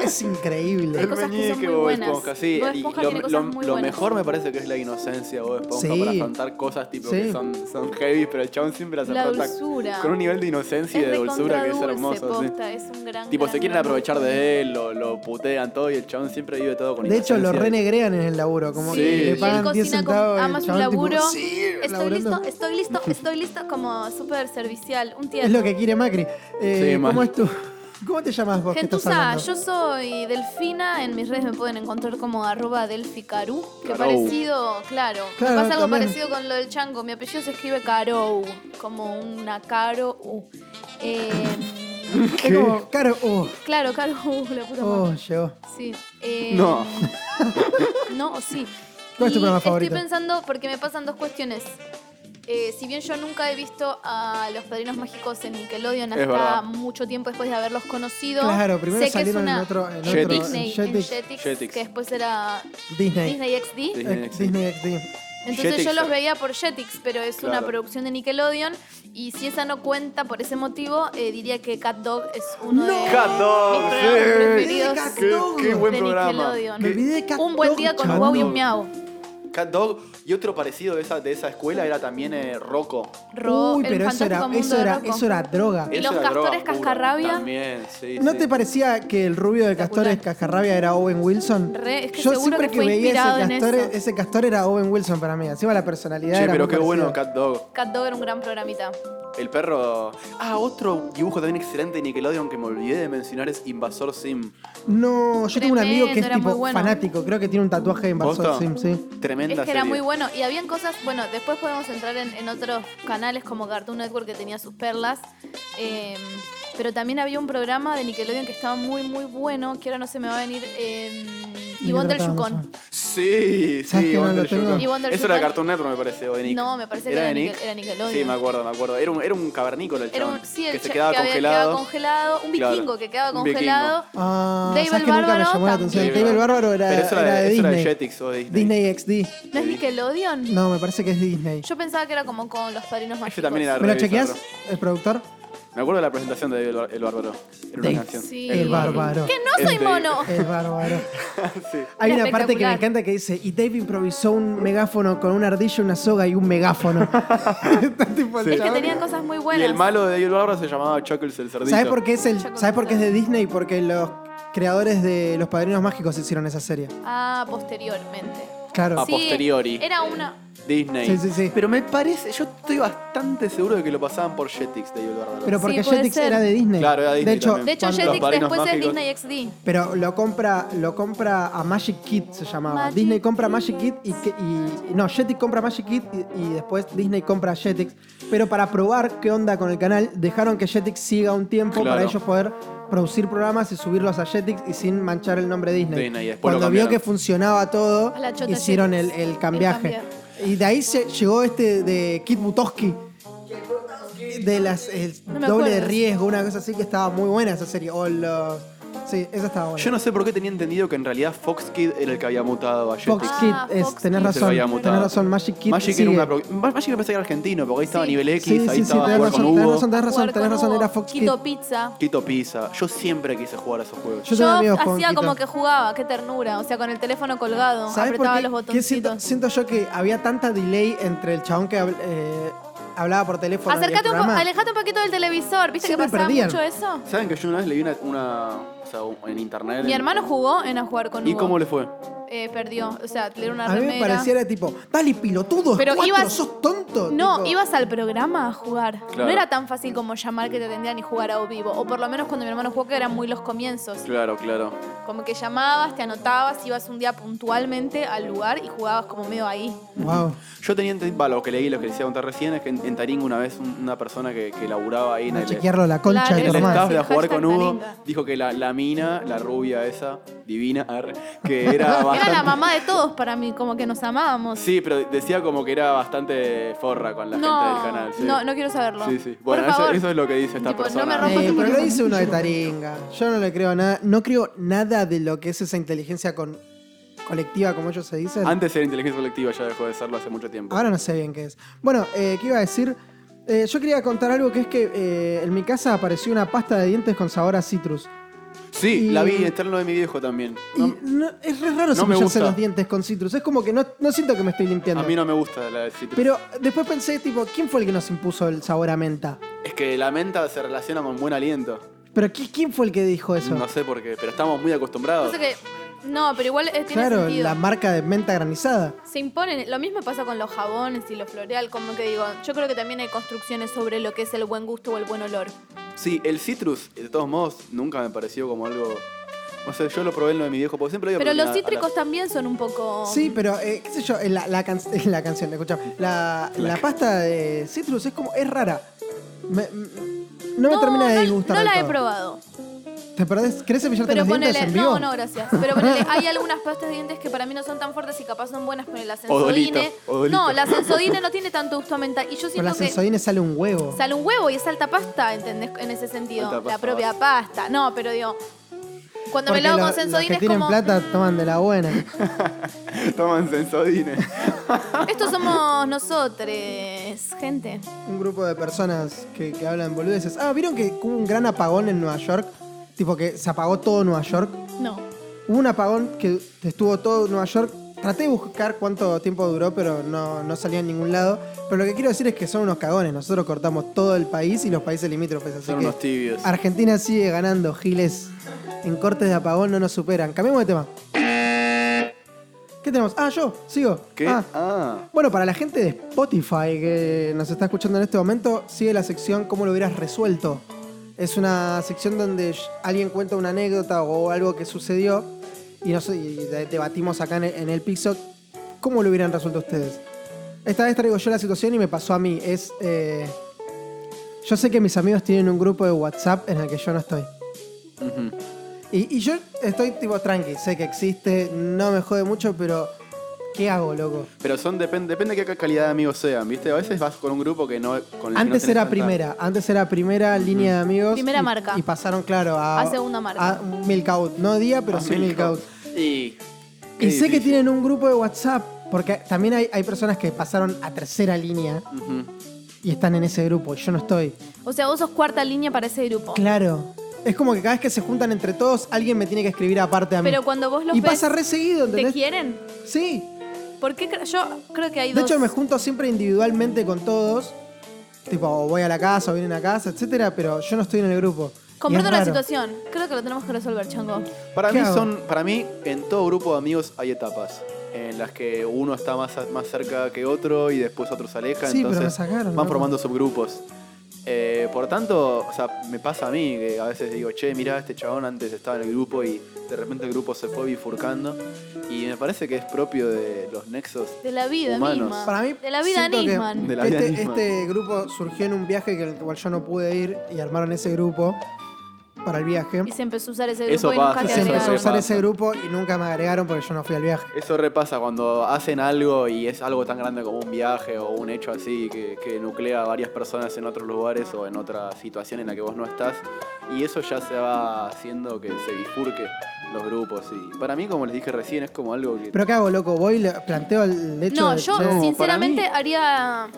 Speaker 4: Es increíble.
Speaker 5: Hay cosas que son muy
Speaker 3: Bob
Speaker 5: buenas.
Speaker 3: Esponja, sí.
Speaker 5: Bob
Speaker 3: y
Speaker 5: Esponja
Speaker 3: lo,
Speaker 5: tiene
Speaker 3: lo-
Speaker 5: cosas muy
Speaker 3: lo
Speaker 5: buenas.
Speaker 3: mejor me parece que es la inocencia de Bob Esponja
Speaker 4: Sí.
Speaker 3: para afrontar cosas tipo que
Speaker 4: Sí.
Speaker 3: son, son heavy, pero el chabón siempre las
Speaker 5: La
Speaker 3: afronta
Speaker 5: dulzura.
Speaker 3: con un nivel de inocencia y
Speaker 5: es
Speaker 3: de
Speaker 5: recontra
Speaker 3: dulzura que es
Speaker 5: dulce,
Speaker 3: hermoso. sí.
Speaker 5: posta, es un gran,
Speaker 3: Tipo,
Speaker 5: gran,
Speaker 3: se quieren
Speaker 5: gran-
Speaker 3: aprovechar de él, lo, lo putean todo y el chabón siempre vive todo con
Speaker 4: De hecho, lo
Speaker 3: inocencia.
Speaker 4: renegrean en el laburo. Como
Speaker 3: Sí.
Speaker 4: que
Speaker 3: Y
Speaker 4: le
Speaker 3: él
Speaker 4: pagan
Speaker 5: cocina
Speaker 4: 10
Speaker 5: con-
Speaker 4: centavos. y el
Speaker 5: ama su
Speaker 4: chabón tipo,
Speaker 5: laburo.
Speaker 4: "Sí,
Speaker 5: Estoy
Speaker 4: laburando".
Speaker 5: listo, estoy listo, estoy listo como súper servicial. Un
Speaker 4: Es
Speaker 5: tiempo.
Speaker 4: lo que quiere Macri. Eh,
Speaker 3: Sí, mal.
Speaker 4: ¿Cómo es tu- ¿Cómo te llamas vos? que estás
Speaker 5: Gentuza,
Speaker 4: hablando?
Speaker 5: yo soy Delfina, en mis redes me pueden encontrar como arroba delficaru, que
Speaker 3: Carou.
Speaker 5: parecido, claro, me
Speaker 4: Claro,
Speaker 5: pasa algo
Speaker 4: también.
Speaker 5: parecido con lo del chango, mi apellido se escribe carou, como una caro u. Eh,
Speaker 4: Es como, caro. Oh,
Speaker 5: claro, caro u, la puta
Speaker 4: oh,
Speaker 5: madre.
Speaker 4: llegó.
Speaker 5: Sí. eh,
Speaker 3: No.
Speaker 5: No, o sí.
Speaker 4: ¿Cuál es tu
Speaker 5: Y
Speaker 4: programa
Speaker 5: estoy
Speaker 4: favorito?
Speaker 5: pensando, porque me pasan dos cuestiones. Eh, si bien yo nunca he visto a los padrinos mágicos en Nickelodeon
Speaker 3: Es verdad.
Speaker 5: hasta mucho tiempo después de haberlos conocido,
Speaker 4: Claro, primero
Speaker 5: sé que es
Speaker 4: salieron en
Speaker 5: una
Speaker 4: otro. En
Speaker 3: Jetix.
Speaker 4: otro en
Speaker 5: Disney, en
Speaker 4: Jetix,
Speaker 5: Jetix,
Speaker 3: Jetix.
Speaker 5: que después era
Speaker 4: Disney. Disney.
Speaker 5: Disney XD.
Speaker 3: Disney.
Speaker 4: eh, Disney XD.
Speaker 5: Entonces
Speaker 3: Jetix,
Speaker 5: yo los
Speaker 3: eh.
Speaker 5: veía por Jetix, pero es una
Speaker 3: Claro.
Speaker 5: producción de Nickelodeon. Y si esa no cuenta por ese motivo, eh, diría que Cat Dog es uno de
Speaker 3: Cat Dog,
Speaker 5: mis
Speaker 3: sí.
Speaker 5: programas preferidos
Speaker 4: Cat
Speaker 3: Qué,
Speaker 4: Dog.
Speaker 3: qué buen
Speaker 5: de
Speaker 3: programa.
Speaker 5: Nickelodeon.
Speaker 4: Me olvidé de Cat
Speaker 5: Un buen
Speaker 4: Dog,
Speaker 5: día con
Speaker 4: chabón.
Speaker 5: Wow y un Miau.
Speaker 3: Cat Dog. Y otro parecido de esa, de esa escuela era también eh, Rocco.
Speaker 5: Ro-
Speaker 4: Uy,
Speaker 5: el
Speaker 4: pero eso
Speaker 5: fantástico
Speaker 4: era,
Speaker 5: mundo
Speaker 4: eso
Speaker 5: de
Speaker 4: era,
Speaker 5: Rocco.
Speaker 4: eso era droga.
Speaker 5: Y
Speaker 3: Eso
Speaker 5: los
Speaker 3: era droga
Speaker 5: castores
Speaker 3: pura.
Speaker 5: cascarrabia.
Speaker 3: También, sí.
Speaker 4: ¿No
Speaker 3: sí.
Speaker 4: te parecía que el rubio de Castores
Speaker 5: Espectacular.
Speaker 4: Cascarrabia era Owen Wilson?
Speaker 5: Re, es que
Speaker 4: Yo
Speaker 5: seguro
Speaker 4: siempre
Speaker 5: que
Speaker 4: que,
Speaker 5: fue
Speaker 4: veía
Speaker 5: inspirado
Speaker 4: ese
Speaker 5: en
Speaker 4: castor,
Speaker 5: eso.
Speaker 4: ese castor era Owen Wilson para mí. Encima la personalidad
Speaker 3: Che,
Speaker 4: era
Speaker 3: pero
Speaker 4: muy
Speaker 3: qué bueno
Speaker 4: parecida.
Speaker 3: Cat Dog.
Speaker 5: Cat Dog era un gran programita.
Speaker 3: El perro. Ah, otro dibujo también excelente de Nickelodeon que me olvidé de mencionar es Invasor Sim.
Speaker 4: No, yo tengo un amigo que es
Speaker 5: Tremendo, era
Speaker 4: tipo
Speaker 5: muy bueno.
Speaker 4: fanático. Creo que tiene un tatuaje de Invasor
Speaker 3: ¿Posta?
Speaker 4: Sim, sí.
Speaker 3: Tremenda
Speaker 5: es que era
Speaker 3: serie.
Speaker 5: muy bueno. Y habían cosas, bueno, después podemos entrar en, en otros canales como Cartoon Network que tenía sus perlas. eh, pero también había un programa de Nickelodeon que estaba muy, muy bueno, que ahora no se me va a venir. eh,
Speaker 4: Y
Speaker 5: y Wonder
Speaker 4: lo tratábamos
Speaker 5: Yukon.
Speaker 3: Sí,
Speaker 4: ¿Sabes
Speaker 3: sí,
Speaker 4: que no
Speaker 3: Wonder
Speaker 4: lo tengo?
Speaker 3: Yukon.
Speaker 5: Y Wonder
Speaker 3: Eso era
Speaker 5: Yukon.
Speaker 3: Cartoon Network, me parece, o de Nick.
Speaker 5: No, me parece que era de Nickel- era Nickelodeon.
Speaker 3: Sí, me acuerdo, me acuerdo. Era un, era un cavernícola el
Speaker 5: Era
Speaker 3: chabón,
Speaker 5: un, sí, el
Speaker 3: que se
Speaker 5: cha-
Speaker 3: quedaba
Speaker 5: que había-
Speaker 3: congelado.
Speaker 5: quedaba congelado. Un
Speaker 3: Claro,
Speaker 5: vikingo que quedaba
Speaker 3: un vikingo.
Speaker 5: congelado.
Speaker 4: Ah,
Speaker 5: Dave
Speaker 4: ¿sabes
Speaker 5: el
Speaker 4: que nunca me
Speaker 5: Bárbaro
Speaker 4: llamó la atención?
Speaker 5: también.
Speaker 4: Dave el Bárbaro era,
Speaker 3: Pero eso era,
Speaker 4: era de
Speaker 3: eso era
Speaker 4: Disney.
Speaker 3: de Jetix o de Disney.
Speaker 4: Disney XD.
Speaker 5: ¿No es Nickelodeon?
Speaker 4: No, me parece que es Disney.
Speaker 5: Yo pensaba que era como con los padrinos mágicos.
Speaker 3: también era
Speaker 4: ¿Me lo
Speaker 3: Revisarlo.
Speaker 4: chequeas, el productor?
Speaker 3: Me acuerdo de la presentación de El, Bar- el Bárbaro. Era una
Speaker 4: Sí.
Speaker 3: canción.
Speaker 5: Sí.
Speaker 4: El bárbaro.
Speaker 5: Que no soy
Speaker 3: Este-
Speaker 5: mono.
Speaker 4: El bárbaro.
Speaker 3: Sí.
Speaker 4: Hay
Speaker 5: Era
Speaker 4: una parte que me
Speaker 5: espectacular.
Speaker 4: encanta que dice, y Dave improvisó un megáfono con una ardilla, una soga y un megáfono. Está tipo el
Speaker 3: Sí.
Speaker 5: Es que
Speaker 4: chabón.
Speaker 5: tenían cosas muy
Speaker 3: Y
Speaker 5: buenas.
Speaker 3: el malo de David Bárbaro se llamaba Chuckles el cerdito.
Speaker 4: ¿Sabes por qué es el,
Speaker 5: Chaco
Speaker 4: ¿sabes por qué es de Disney? Porque los creadores de Los Padrinos Mágicos hicieron esa serie.
Speaker 5: Ah, posteriormente.
Speaker 4: Claro.
Speaker 3: A Ah, posteriori.
Speaker 5: Era una.
Speaker 3: Disney.
Speaker 4: Sí, sí, sí.
Speaker 3: Pero me parece, yo estoy bastante seguro de que lo pasaban por Jetix David Bárbaro.
Speaker 4: Pero porque
Speaker 5: Sí, puede
Speaker 4: Jetix
Speaker 5: ser.
Speaker 4: era de Disney.
Speaker 3: Claro, era Disney
Speaker 4: De hecho,
Speaker 3: también.
Speaker 5: De hecho,
Speaker 3: Cuando-
Speaker 5: Jetix
Speaker 3: Los padrinos
Speaker 5: después es
Speaker 3: mágicos.
Speaker 5: Disney XD.
Speaker 4: pero lo compra, lo compra a Magic Kid se llamaba.
Speaker 5: Magic
Speaker 4: Disney compra Magic Kid y, que- y- no, Jetix compra Magic Kid y, y después Disney compra Jetix. Pero para probar qué onda con el canal, dejaron que Jetix siga un tiempo
Speaker 3: Claro.
Speaker 4: para ellos poder producir programas y subirlos a Jetix y sin manchar el nombre de Disney.
Speaker 3: Disney, y después lo
Speaker 4: Cuando vio
Speaker 3: cambiaron.
Speaker 4: que funcionaba todo,
Speaker 5: A la chota
Speaker 4: hicieron el,
Speaker 5: Jetix.
Speaker 4: el
Speaker 5: El
Speaker 4: cambiaje.
Speaker 5: cambiaje.
Speaker 4: Y de ahí se, llegó este de Kit Butowski. De las el
Speaker 5: No me
Speaker 4: doble de
Speaker 5: acuerdo.
Speaker 4: riesgo, una cosa así que estaba muy buena esa serie. O los- Sí, esa estaba buena.
Speaker 3: Yo no sé por qué tenía entendido que en realidad Fox Kid era el que había mutado a Jetix.
Speaker 4: Fox
Speaker 5: Ah,
Speaker 4: Kid, es, tenés
Speaker 5: Fox Kid.
Speaker 3: Se lo
Speaker 4: razón.
Speaker 3: había
Speaker 4: Tenés
Speaker 3: mutado.
Speaker 4: razón, Magic Kid.
Speaker 3: Magic
Speaker 4: sigue.
Speaker 3: era una pro- Ma- Magic me parece que era argentino, porque ahí estaba
Speaker 5: Sí.
Speaker 3: Nivel X,
Speaker 4: Sí,
Speaker 3: ahí
Speaker 4: sí, sí,
Speaker 3: estaba
Speaker 4: tenés
Speaker 3: jugar
Speaker 4: razón,
Speaker 3: con
Speaker 4: tenés
Speaker 3: Hugo,
Speaker 4: razón, tenés razón,
Speaker 5: Jugar
Speaker 4: tenés
Speaker 5: con
Speaker 4: razón,
Speaker 5: Hugo,
Speaker 4: era Fox Kid.
Speaker 5: Quito Pizza.
Speaker 3: Quito Pizza. Yo siempre quise jugar a esos juegos.
Speaker 4: Yo
Speaker 5: Yo,
Speaker 4: tengo amigos con
Speaker 5: hacía
Speaker 4: Quito.
Speaker 5: como que jugaba, qué ternura. O sea, con el teléfono colgado,
Speaker 4: ¿Sabés
Speaker 5: apretaba
Speaker 4: por qué?
Speaker 5: los
Speaker 4: Que siento,
Speaker 5: botoncitos.
Speaker 4: siento yo que había tanta delay entre el chabón que habl- eh, hablaba por teléfono y el
Speaker 5: Acércate un po-
Speaker 4: programa.
Speaker 5: alejate un poquito del televisor. ¿Viste que
Speaker 4: Siempre
Speaker 5: pasaba
Speaker 4: perdían.
Speaker 5: mucho eso?
Speaker 3: ¿Saben que yo una vez leí una. una- o sea, un- en internet.
Speaker 5: Mi
Speaker 3: en-
Speaker 5: hermano jugó en a jugar con
Speaker 3: ¿Y
Speaker 5: Hugo.
Speaker 3: cómo le fue?
Speaker 5: Eh, perdió. O sea, le dieron una
Speaker 4: A mí me
Speaker 5: remera.
Speaker 4: pareciera tipo, dale pilotudo,
Speaker 5: Pero
Speaker 4: cuatro,
Speaker 5: ibas-
Speaker 4: sos tonto.
Speaker 5: No,
Speaker 4: tipo.
Speaker 5: ibas al programa a jugar.
Speaker 3: Claro.
Speaker 5: No era tan fácil como llamar que te atendían y jugar a o vivo. O por lo menos cuando mi hermano jugó, que eran muy los comienzos.
Speaker 3: Claro, claro.
Speaker 5: Como que llamabas, te anotabas, ibas un día puntualmente al lugar y jugabas como medio ahí.
Speaker 4: Wow.
Speaker 3: Yo tenía entendido. lo que leí, lo que decía contar recién, es que en, en Taringa una vez un- una persona que, que laburaba ahí en
Speaker 4: A
Speaker 3: el,
Speaker 4: chequearlo la concha
Speaker 5: Claro,
Speaker 4: de
Speaker 3: en
Speaker 4: tu
Speaker 3: el
Speaker 5: lo
Speaker 4: hermano.
Speaker 5: más.
Speaker 3: staff de a jugar
Speaker 5: Hashtag
Speaker 3: con Hugo,
Speaker 5: Taringa.
Speaker 3: dijo que la, la mina, la rubia esa, divina, arre, que era
Speaker 5: Era la
Speaker 3: Ah, bastante.
Speaker 5: mamá de todos para mí, como que nos amábamos.
Speaker 3: Sí, pero decía como que era bastante forra con la gente
Speaker 5: no,
Speaker 3: del canal. sí.
Speaker 5: no, no quiero saberlo.
Speaker 3: Sí, sí.
Speaker 5: Por
Speaker 3: Bueno, eso,
Speaker 5: favor.
Speaker 3: eso es lo que dice esta
Speaker 5: Tipo, no
Speaker 3: persona.
Speaker 5: me rompas
Speaker 4: Eh,
Speaker 5: tu
Speaker 4: pero lo
Speaker 5: corazón.
Speaker 4: dice uno de Taringa. Yo no le creo nada. No creo nada de lo que es esa inteligencia con, colectiva, como ellos se dicen.
Speaker 3: Antes era inteligencia colectiva, ya dejó de serlo hace mucho tiempo.
Speaker 4: Ahora no sé bien qué es. Bueno, eh, ¿qué iba a decir? Eh, yo quería contar algo que es que eh, en mi casa apareció una pasta de dientes con sabor a citrus.
Speaker 3: Sí,
Speaker 4: Y-
Speaker 3: la vi en lo de mi viejo también.
Speaker 4: Y
Speaker 3: No-
Speaker 4: no- es re raro
Speaker 3: no me
Speaker 4: cepillarse
Speaker 3: gusta.
Speaker 4: los dientes con citrus. Es como que no, no siento que me estoy limpiando.
Speaker 3: a mí no me gusta la de citrus.
Speaker 4: Pero después pensé, tipo, ¿quién fue el que nos impuso el sabor a menta?
Speaker 3: Es que la menta se relaciona con buen aliento.
Speaker 4: Pero ¿qui- ¿quién fue el que dijo eso?
Speaker 3: No sé por qué, pero estamos muy acostumbrados.
Speaker 5: Cosa que- no, pero igual eh, tiene
Speaker 4: claro,
Speaker 5: sentido.
Speaker 4: la marca de menta granizada.
Speaker 5: Se imponen, lo mismo pasa con los jabones y lo floreal, como que digo, yo creo que también hay construcciones sobre lo que es el buen gusto o el buen olor.
Speaker 3: Sí, el citrus, de todos modos, nunca me pareció como algo. No sé, yo lo probé en lo de mi viejo, porque siempre había
Speaker 5: Pero
Speaker 3: problema
Speaker 5: los
Speaker 3: a- a
Speaker 5: cítricos
Speaker 3: las-
Speaker 5: también son un poco...
Speaker 4: Sí, pero eh, qué sé yo, eh, la, la, can- la canción, escuchá, la, la pasta de citrus es como, es rara. Me- me- no me termina de disgustar.
Speaker 5: No,
Speaker 4: del
Speaker 5: la he
Speaker 4: todo.
Speaker 5: probado.
Speaker 4: ¿Te perdés? ¿Querés cepillarte
Speaker 5: Pero
Speaker 4: los dientes
Speaker 5: ponele.
Speaker 4: en vivo?
Speaker 5: No, no, gracias. Pero ponele, hay algunas pastas de dientes que para mí no son tan fuertes y capaz son buenas, pero la
Speaker 3: Odolito,
Speaker 5: sensodine.
Speaker 3: odolito.
Speaker 5: No, la sensodine no tiene tanto gusto a menta. Y yo
Speaker 4: Con
Speaker 5: siento
Speaker 4: la
Speaker 5: que
Speaker 4: sensodina sale un huevo.
Speaker 5: sale un huevo y es alta pasta, ¿entendés? En ese sentido.
Speaker 3: Alta pasta,
Speaker 5: la propia pasta. No, pero digo. Cuando
Speaker 4: Porque
Speaker 5: me lavo
Speaker 4: lo-
Speaker 5: con
Speaker 4: los que
Speaker 5: sensodine es
Speaker 4: tienen
Speaker 5: como.
Speaker 4: plata toman de la buena.
Speaker 3: Toman sensodine.
Speaker 5: Estos somos nosotros, gente.
Speaker 4: un grupo de personas que, que hablan boludeces. Ah, ¿vieron que hubo un gran apagón en Nueva York? Tipo que se apagó todo Nueva York.
Speaker 5: No.
Speaker 4: Hubo un apagón que estuvo todo Nueva York Traté de buscar cuánto tiempo duró, pero no, no salió en ningún lado. Pero lo que quiero decir es que son unos cagones. Nosotros cortamos todo el país y los países limítrofes. Así
Speaker 3: Son
Speaker 4: que
Speaker 3: unos tibios.
Speaker 4: Argentina sigue ganando, Giles. En cortes de apagón no nos superan. Cambiemos de tema. ¿Qué tenemos? Ah, yo, sigo.
Speaker 3: ¿Qué?
Speaker 4: Ah,
Speaker 3: Ah,
Speaker 4: bueno, para la gente de Spotify que nos está escuchando en este momento, sigue la sección ¿Cómo lo hubieras resuelto? Es una sección donde sh- alguien cuenta una anécdota o algo que sucedió y, nos, y de- debatimos acá en el, en el piso cómo lo hubieran resuelto ustedes. Esta vez traigo yo la situación y me pasó a mí. Es, eh, yo sé que mis amigos tienen un grupo de WhatsApp en el que yo no estoy. Y, y yo estoy tipo tranqui, sé que existe, no me jode mucho, pero ¿qué hago, loco?
Speaker 3: pero son depende, depende de qué calidad de amigos sean, ¿viste? A veces vas con un grupo que no. Con el que no
Speaker 4: Antes
Speaker 3: tenés
Speaker 4: era
Speaker 3: tanta-
Speaker 4: primera, antes era primera línea de amigos.
Speaker 5: Primera
Speaker 4: y-
Speaker 5: marca.
Speaker 4: Y pasaron, claro, a.
Speaker 5: A segunda marca.
Speaker 4: A un Milkout. No día, pero
Speaker 3: Ah,
Speaker 4: sí
Speaker 3: Milk
Speaker 4: Milkout.
Speaker 3: Out. Y.
Speaker 4: Y
Speaker 3: qué
Speaker 4: sé que
Speaker 3: difícil.
Speaker 4: tienen un grupo de WhatsApp, porque también hay, hay personas que pasaron a tercera línea
Speaker 3: Ujú.
Speaker 4: y están en ese grupo. y Yo no estoy.
Speaker 5: O sea, vos sos cuarta línea para ese grupo.
Speaker 4: Claro. Es como que cada vez que se juntan entre todos, alguien me tiene que escribir aparte a mí.
Speaker 5: Pero cuando vos los
Speaker 4: y
Speaker 5: ves,
Speaker 4: pasa re seguido,
Speaker 5: ¿te
Speaker 4: ¿entendés?
Speaker 5: quieren?
Speaker 4: Sí.
Speaker 5: ¿Por qué? cre- Yo creo que hay
Speaker 4: De
Speaker 5: dos.
Speaker 4: hecho, me junto siempre individualmente con todos. Tipo, o voy a la casa, o vienen a casa, etcétera, pero yo no estoy en el grupo. Y es
Speaker 5: Comprendo la
Speaker 4: raro.
Speaker 5: situación. Creo que lo tenemos que resolver, Chango.
Speaker 3: Para
Speaker 4: ¿Qué
Speaker 3: mí,
Speaker 4: hago?
Speaker 3: son, para mí, en todo grupo de amigos hay etapas en las que uno está más, más cerca que otro y después otro se aleja.
Speaker 4: Sí, pero
Speaker 3: entonces
Speaker 4: me sacaron,
Speaker 3: van
Speaker 4: loco.
Speaker 3: formando subgrupos. Eh, por tanto, o sea, me pasa a mí que a veces digo, che, mirá, este chabón antes estaba en el grupo y de repente el grupo se fue bifurcando. Y me parece que es propio de los nexos.
Speaker 5: De la vida
Speaker 3: Humanos.
Speaker 5: misma.
Speaker 4: Para mí,
Speaker 5: de la vida
Speaker 4: siento que-
Speaker 5: Nisman.
Speaker 3: De la vida
Speaker 4: este,
Speaker 3: misma.
Speaker 4: este grupo surgió en un viaje que el cual yo no pude ir y armaron ese grupo para el viaje.
Speaker 5: Y se empezó a usar ese grupo
Speaker 3: Eso
Speaker 5: y nunca
Speaker 3: pasa,
Speaker 4: Y
Speaker 5: te
Speaker 4: se
Speaker 3: eso
Speaker 4: empezó a
Speaker 5: agregaron.
Speaker 4: usar
Speaker 3: pasa.
Speaker 4: ese grupo y nunca me agregaron porque yo no fui al viaje.
Speaker 3: Eso repasa cuando hacen algo y es algo tan grande como un viaje o un hecho así que, que nuclea a varias personas en otros lugares o en otra situación en la que vos no estás. Y eso ya se va haciendo que se bifurque los grupos. Y para mí, como les dije recién, es como algo que.
Speaker 4: Pero ¿qué hago, loco? Voy y le planteo el hecho
Speaker 5: No,
Speaker 4: de-
Speaker 5: yo
Speaker 4: che,
Speaker 5: sinceramente haría.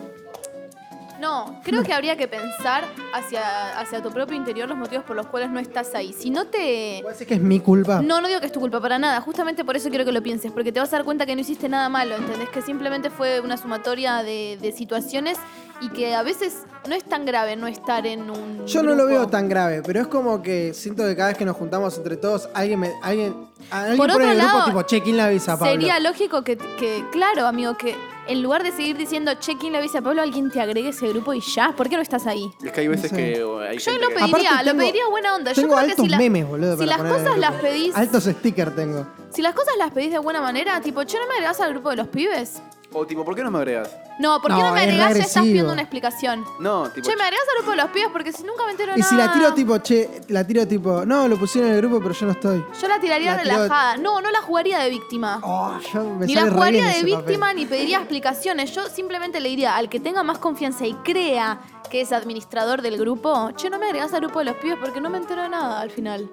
Speaker 5: No, creo que habría que pensar hacia, hacia tu propio interior los motivos por los cuales no estás ahí. Si no te.
Speaker 4: ¿vos decís que es mi culpa?
Speaker 5: No, no digo que es tu culpa para nada. Justamente por eso quiero que lo pienses, porque te vas a dar cuenta que no hiciste nada malo, ¿entendés? Que simplemente fue una sumatoria de, de situaciones y que a veces no es tan grave no estar en un.
Speaker 4: Yo no lo
Speaker 5: grupo.
Speaker 4: veo tan grave, pero es como que siento que cada vez que nos juntamos entre todos, alguien me, alguien, a alguien
Speaker 5: Por
Speaker 4: pone en el
Speaker 5: otro
Speaker 4: grupo
Speaker 5: lado,
Speaker 4: tipo, check-in la visa, Pablo.
Speaker 5: Sería lógico que, que, claro, amigo, que en lugar de seguir diciendo check-in la visa a Pablo, alguien te agregue ese grupo y ya. ¿Por qué no estás ahí?
Speaker 3: Es que hay veces
Speaker 4: No sé.
Speaker 3: que. o, Hay
Speaker 5: Yo
Speaker 3: gente
Speaker 5: lo
Speaker 3: que-
Speaker 5: pedí. pediría,
Speaker 4: Aparte
Speaker 5: lo pediría buena onda. Yo
Speaker 4: Tengo
Speaker 5: creo que
Speaker 4: altos
Speaker 5: si la-
Speaker 4: memes, boludo,
Speaker 5: si
Speaker 4: para
Speaker 5: las
Speaker 4: poner en el
Speaker 5: cosas las
Speaker 4: grupo.
Speaker 5: pedís-
Speaker 4: Altos stickers tengo.
Speaker 5: Si las cosas las pedís de buena manera, tipo, che, no me agregás al grupo de los pibes.
Speaker 3: O "Oh, tipo, ¿por qué no me agregas?
Speaker 5: No, ¿por qué no,
Speaker 4: No,
Speaker 5: me
Speaker 4: es re
Speaker 5: agregás? Ya estás
Speaker 4: agresivo.
Speaker 5: pidiendo una explicación.
Speaker 3: No, tipo.
Speaker 5: Che, me agregás al grupo de los pibes porque si nunca me entero
Speaker 4: Y
Speaker 5: nada.
Speaker 4: si la tiro tipo, che, la tiro tipo, no, lo pusieron en el grupo, pero yo no estoy.
Speaker 5: Yo la tiraría
Speaker 4: la tiro-
Speaker 5: relajada. No, no la jugaría de víctima.
Speaker 4: Oh, yo me
Speaker 5: Ni
Speaker 4: sale
Speaker 5: la
Speaker 4: re
Speaker 5: jugaría
Speaker 4: bien
Speaker 5: de
Speaker 4: ese
Speaker 5: víctima
Speaker 4: papel.
Speaker 5: ni pediría explicaciones. Yo simplemente le diría al que tenga más confianza y crea que es administrador del grupo, che, no me agregás al grupo de los pibes porque no me entero de nada al final.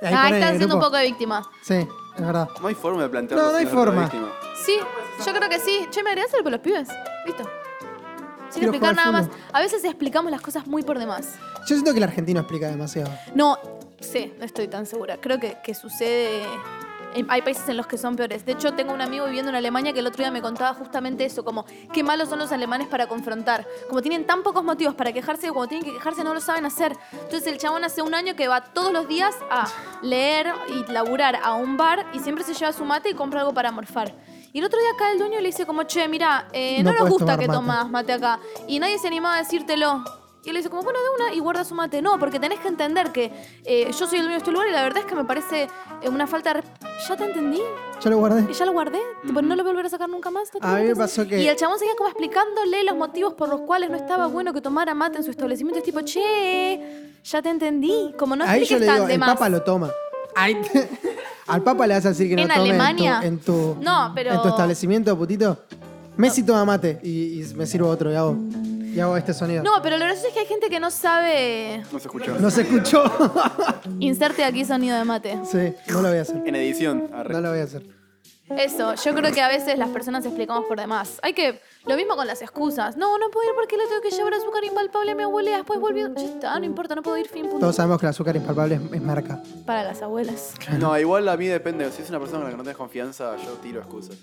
Speaker 4: Ahí
Speaker 5: ah,
Speaker 4: ponen en
Speaker 5: estás
Speaker 4: el
Speaker 5: siendo un
Speaker 4: grupo.
Speaker 5: poco de víctima.
Speaker 4: Sí, es verdad.
Speaker 3: No hay forma de plantearlo.
Speaker 4: No, no hay
Speaker 3: sin ser
Speaker 4: forma.
Speaker 3: víctima.
Speaker 5: Sí, yo creo que sí. Che, me agregás al grupo de los pibes. Listo. Sin
Speaker 4: Quiero jugar
Speaker 5: explicar nada más.
Speaker 4: fútbol.
Speaker 5: A veces explicamos las cosas muy por demás.
Speaker 4: Yo siento que el argentino explica demasiado.
Speaker 5: No, sé, no estoy tan segura. Creo que, que sucede. en- Hay países en los que son peores. De hecho, tengo un amigo viviendo en Alemania que el otro día me contaba justamente eso, como qué malos son los alemanes para confrontar. Como tienen tan pocos motivos para quejarse, cuando tienen que quejarse no lo saben hacer. Entonces el chabón hace un año que va todos los días a leer y laburar a un bar y siempre se lleva su mate y compra algo para morfar. Y el otro día acá el dueño le dice como, che, mira, no,
Speaker 4: No
Speaker 5: nos
Speaker 4: puedes
Speaker 5: gusta
Speaker 4: tomar
Speaker 5: que
Speaker 4: mate.
Speaker 5: tomás mate acá. Y nadie se animaba a decírtelo. Y él le dice, como, bueno, de una y guarda su mate. No, porque tenés que entender que eh, yo soy el dueño de este lugar y la verdad es que me parece eh, una falta de... resp- ¿Ya te entendí?
Speaker 4: Yo lo guardé.
Speaker 5: ¿Y ¿Ya lo guardé? Tipo, ¿No lo volveré a sacar nunca más? ¿No te
Speaker 4: A mí me
Speaker 5: preocupes?
Speaker 4: pasó que-
Speaker 5: Y el chabón seguía como explicándole los motivos por los cuales no estaba bueno que tomara mate en su establecimiento. Es tipo, che, ya te entendí. Como no
Speaker 4: Ahí yo
Speaker 5: expliques
Speaker 4: le digo,
Speaker 5: tan de
Speaker 4: el
Speaker 5: más.
Speaker 4: papa lo toma. Ahí te- Al papa le vas a decir que no
Speaker 5: ¿En
Speaker 4: tome tu-
Speaker 5: Alemania?
Speaker 4: en tu,
Speaker 5: No, pero-
Speaker 4: en tu establecimiento, putito. Messi toma mate y, y me sirvo otro y hago, y hago este sonido.
Speaker 5: No, pero lo gracioso es que hay gente que no sabe...
Speaker 3: No se escucha.
Speaker 4: No se escuchó.
Speaker 5: Inserte aquí sonido de mate.
Speaker 4: sí, no lo voy a hacer.
Speaker 3: En edición. arre.
Speaker 4: No lo voy a hacer.
Speaker 5: Eso, yo creo que a veces las personas explicamos por demás. Hay que. Lo mismo con las excusas. No, no puedo ir porque le tengo que llevar azúcar impalpable a mi abuela y después volvió. Ya está, no importa, no puedo ir, fin, punto.
Speaker 4: Todos sabemos que el azúcar impalpable es, es marca.
Speaker 5: Para las abuelas.
Speaker 3: No, igual a mí depende. Si es una persona con la que no tenés confianza, yo tiro excusas.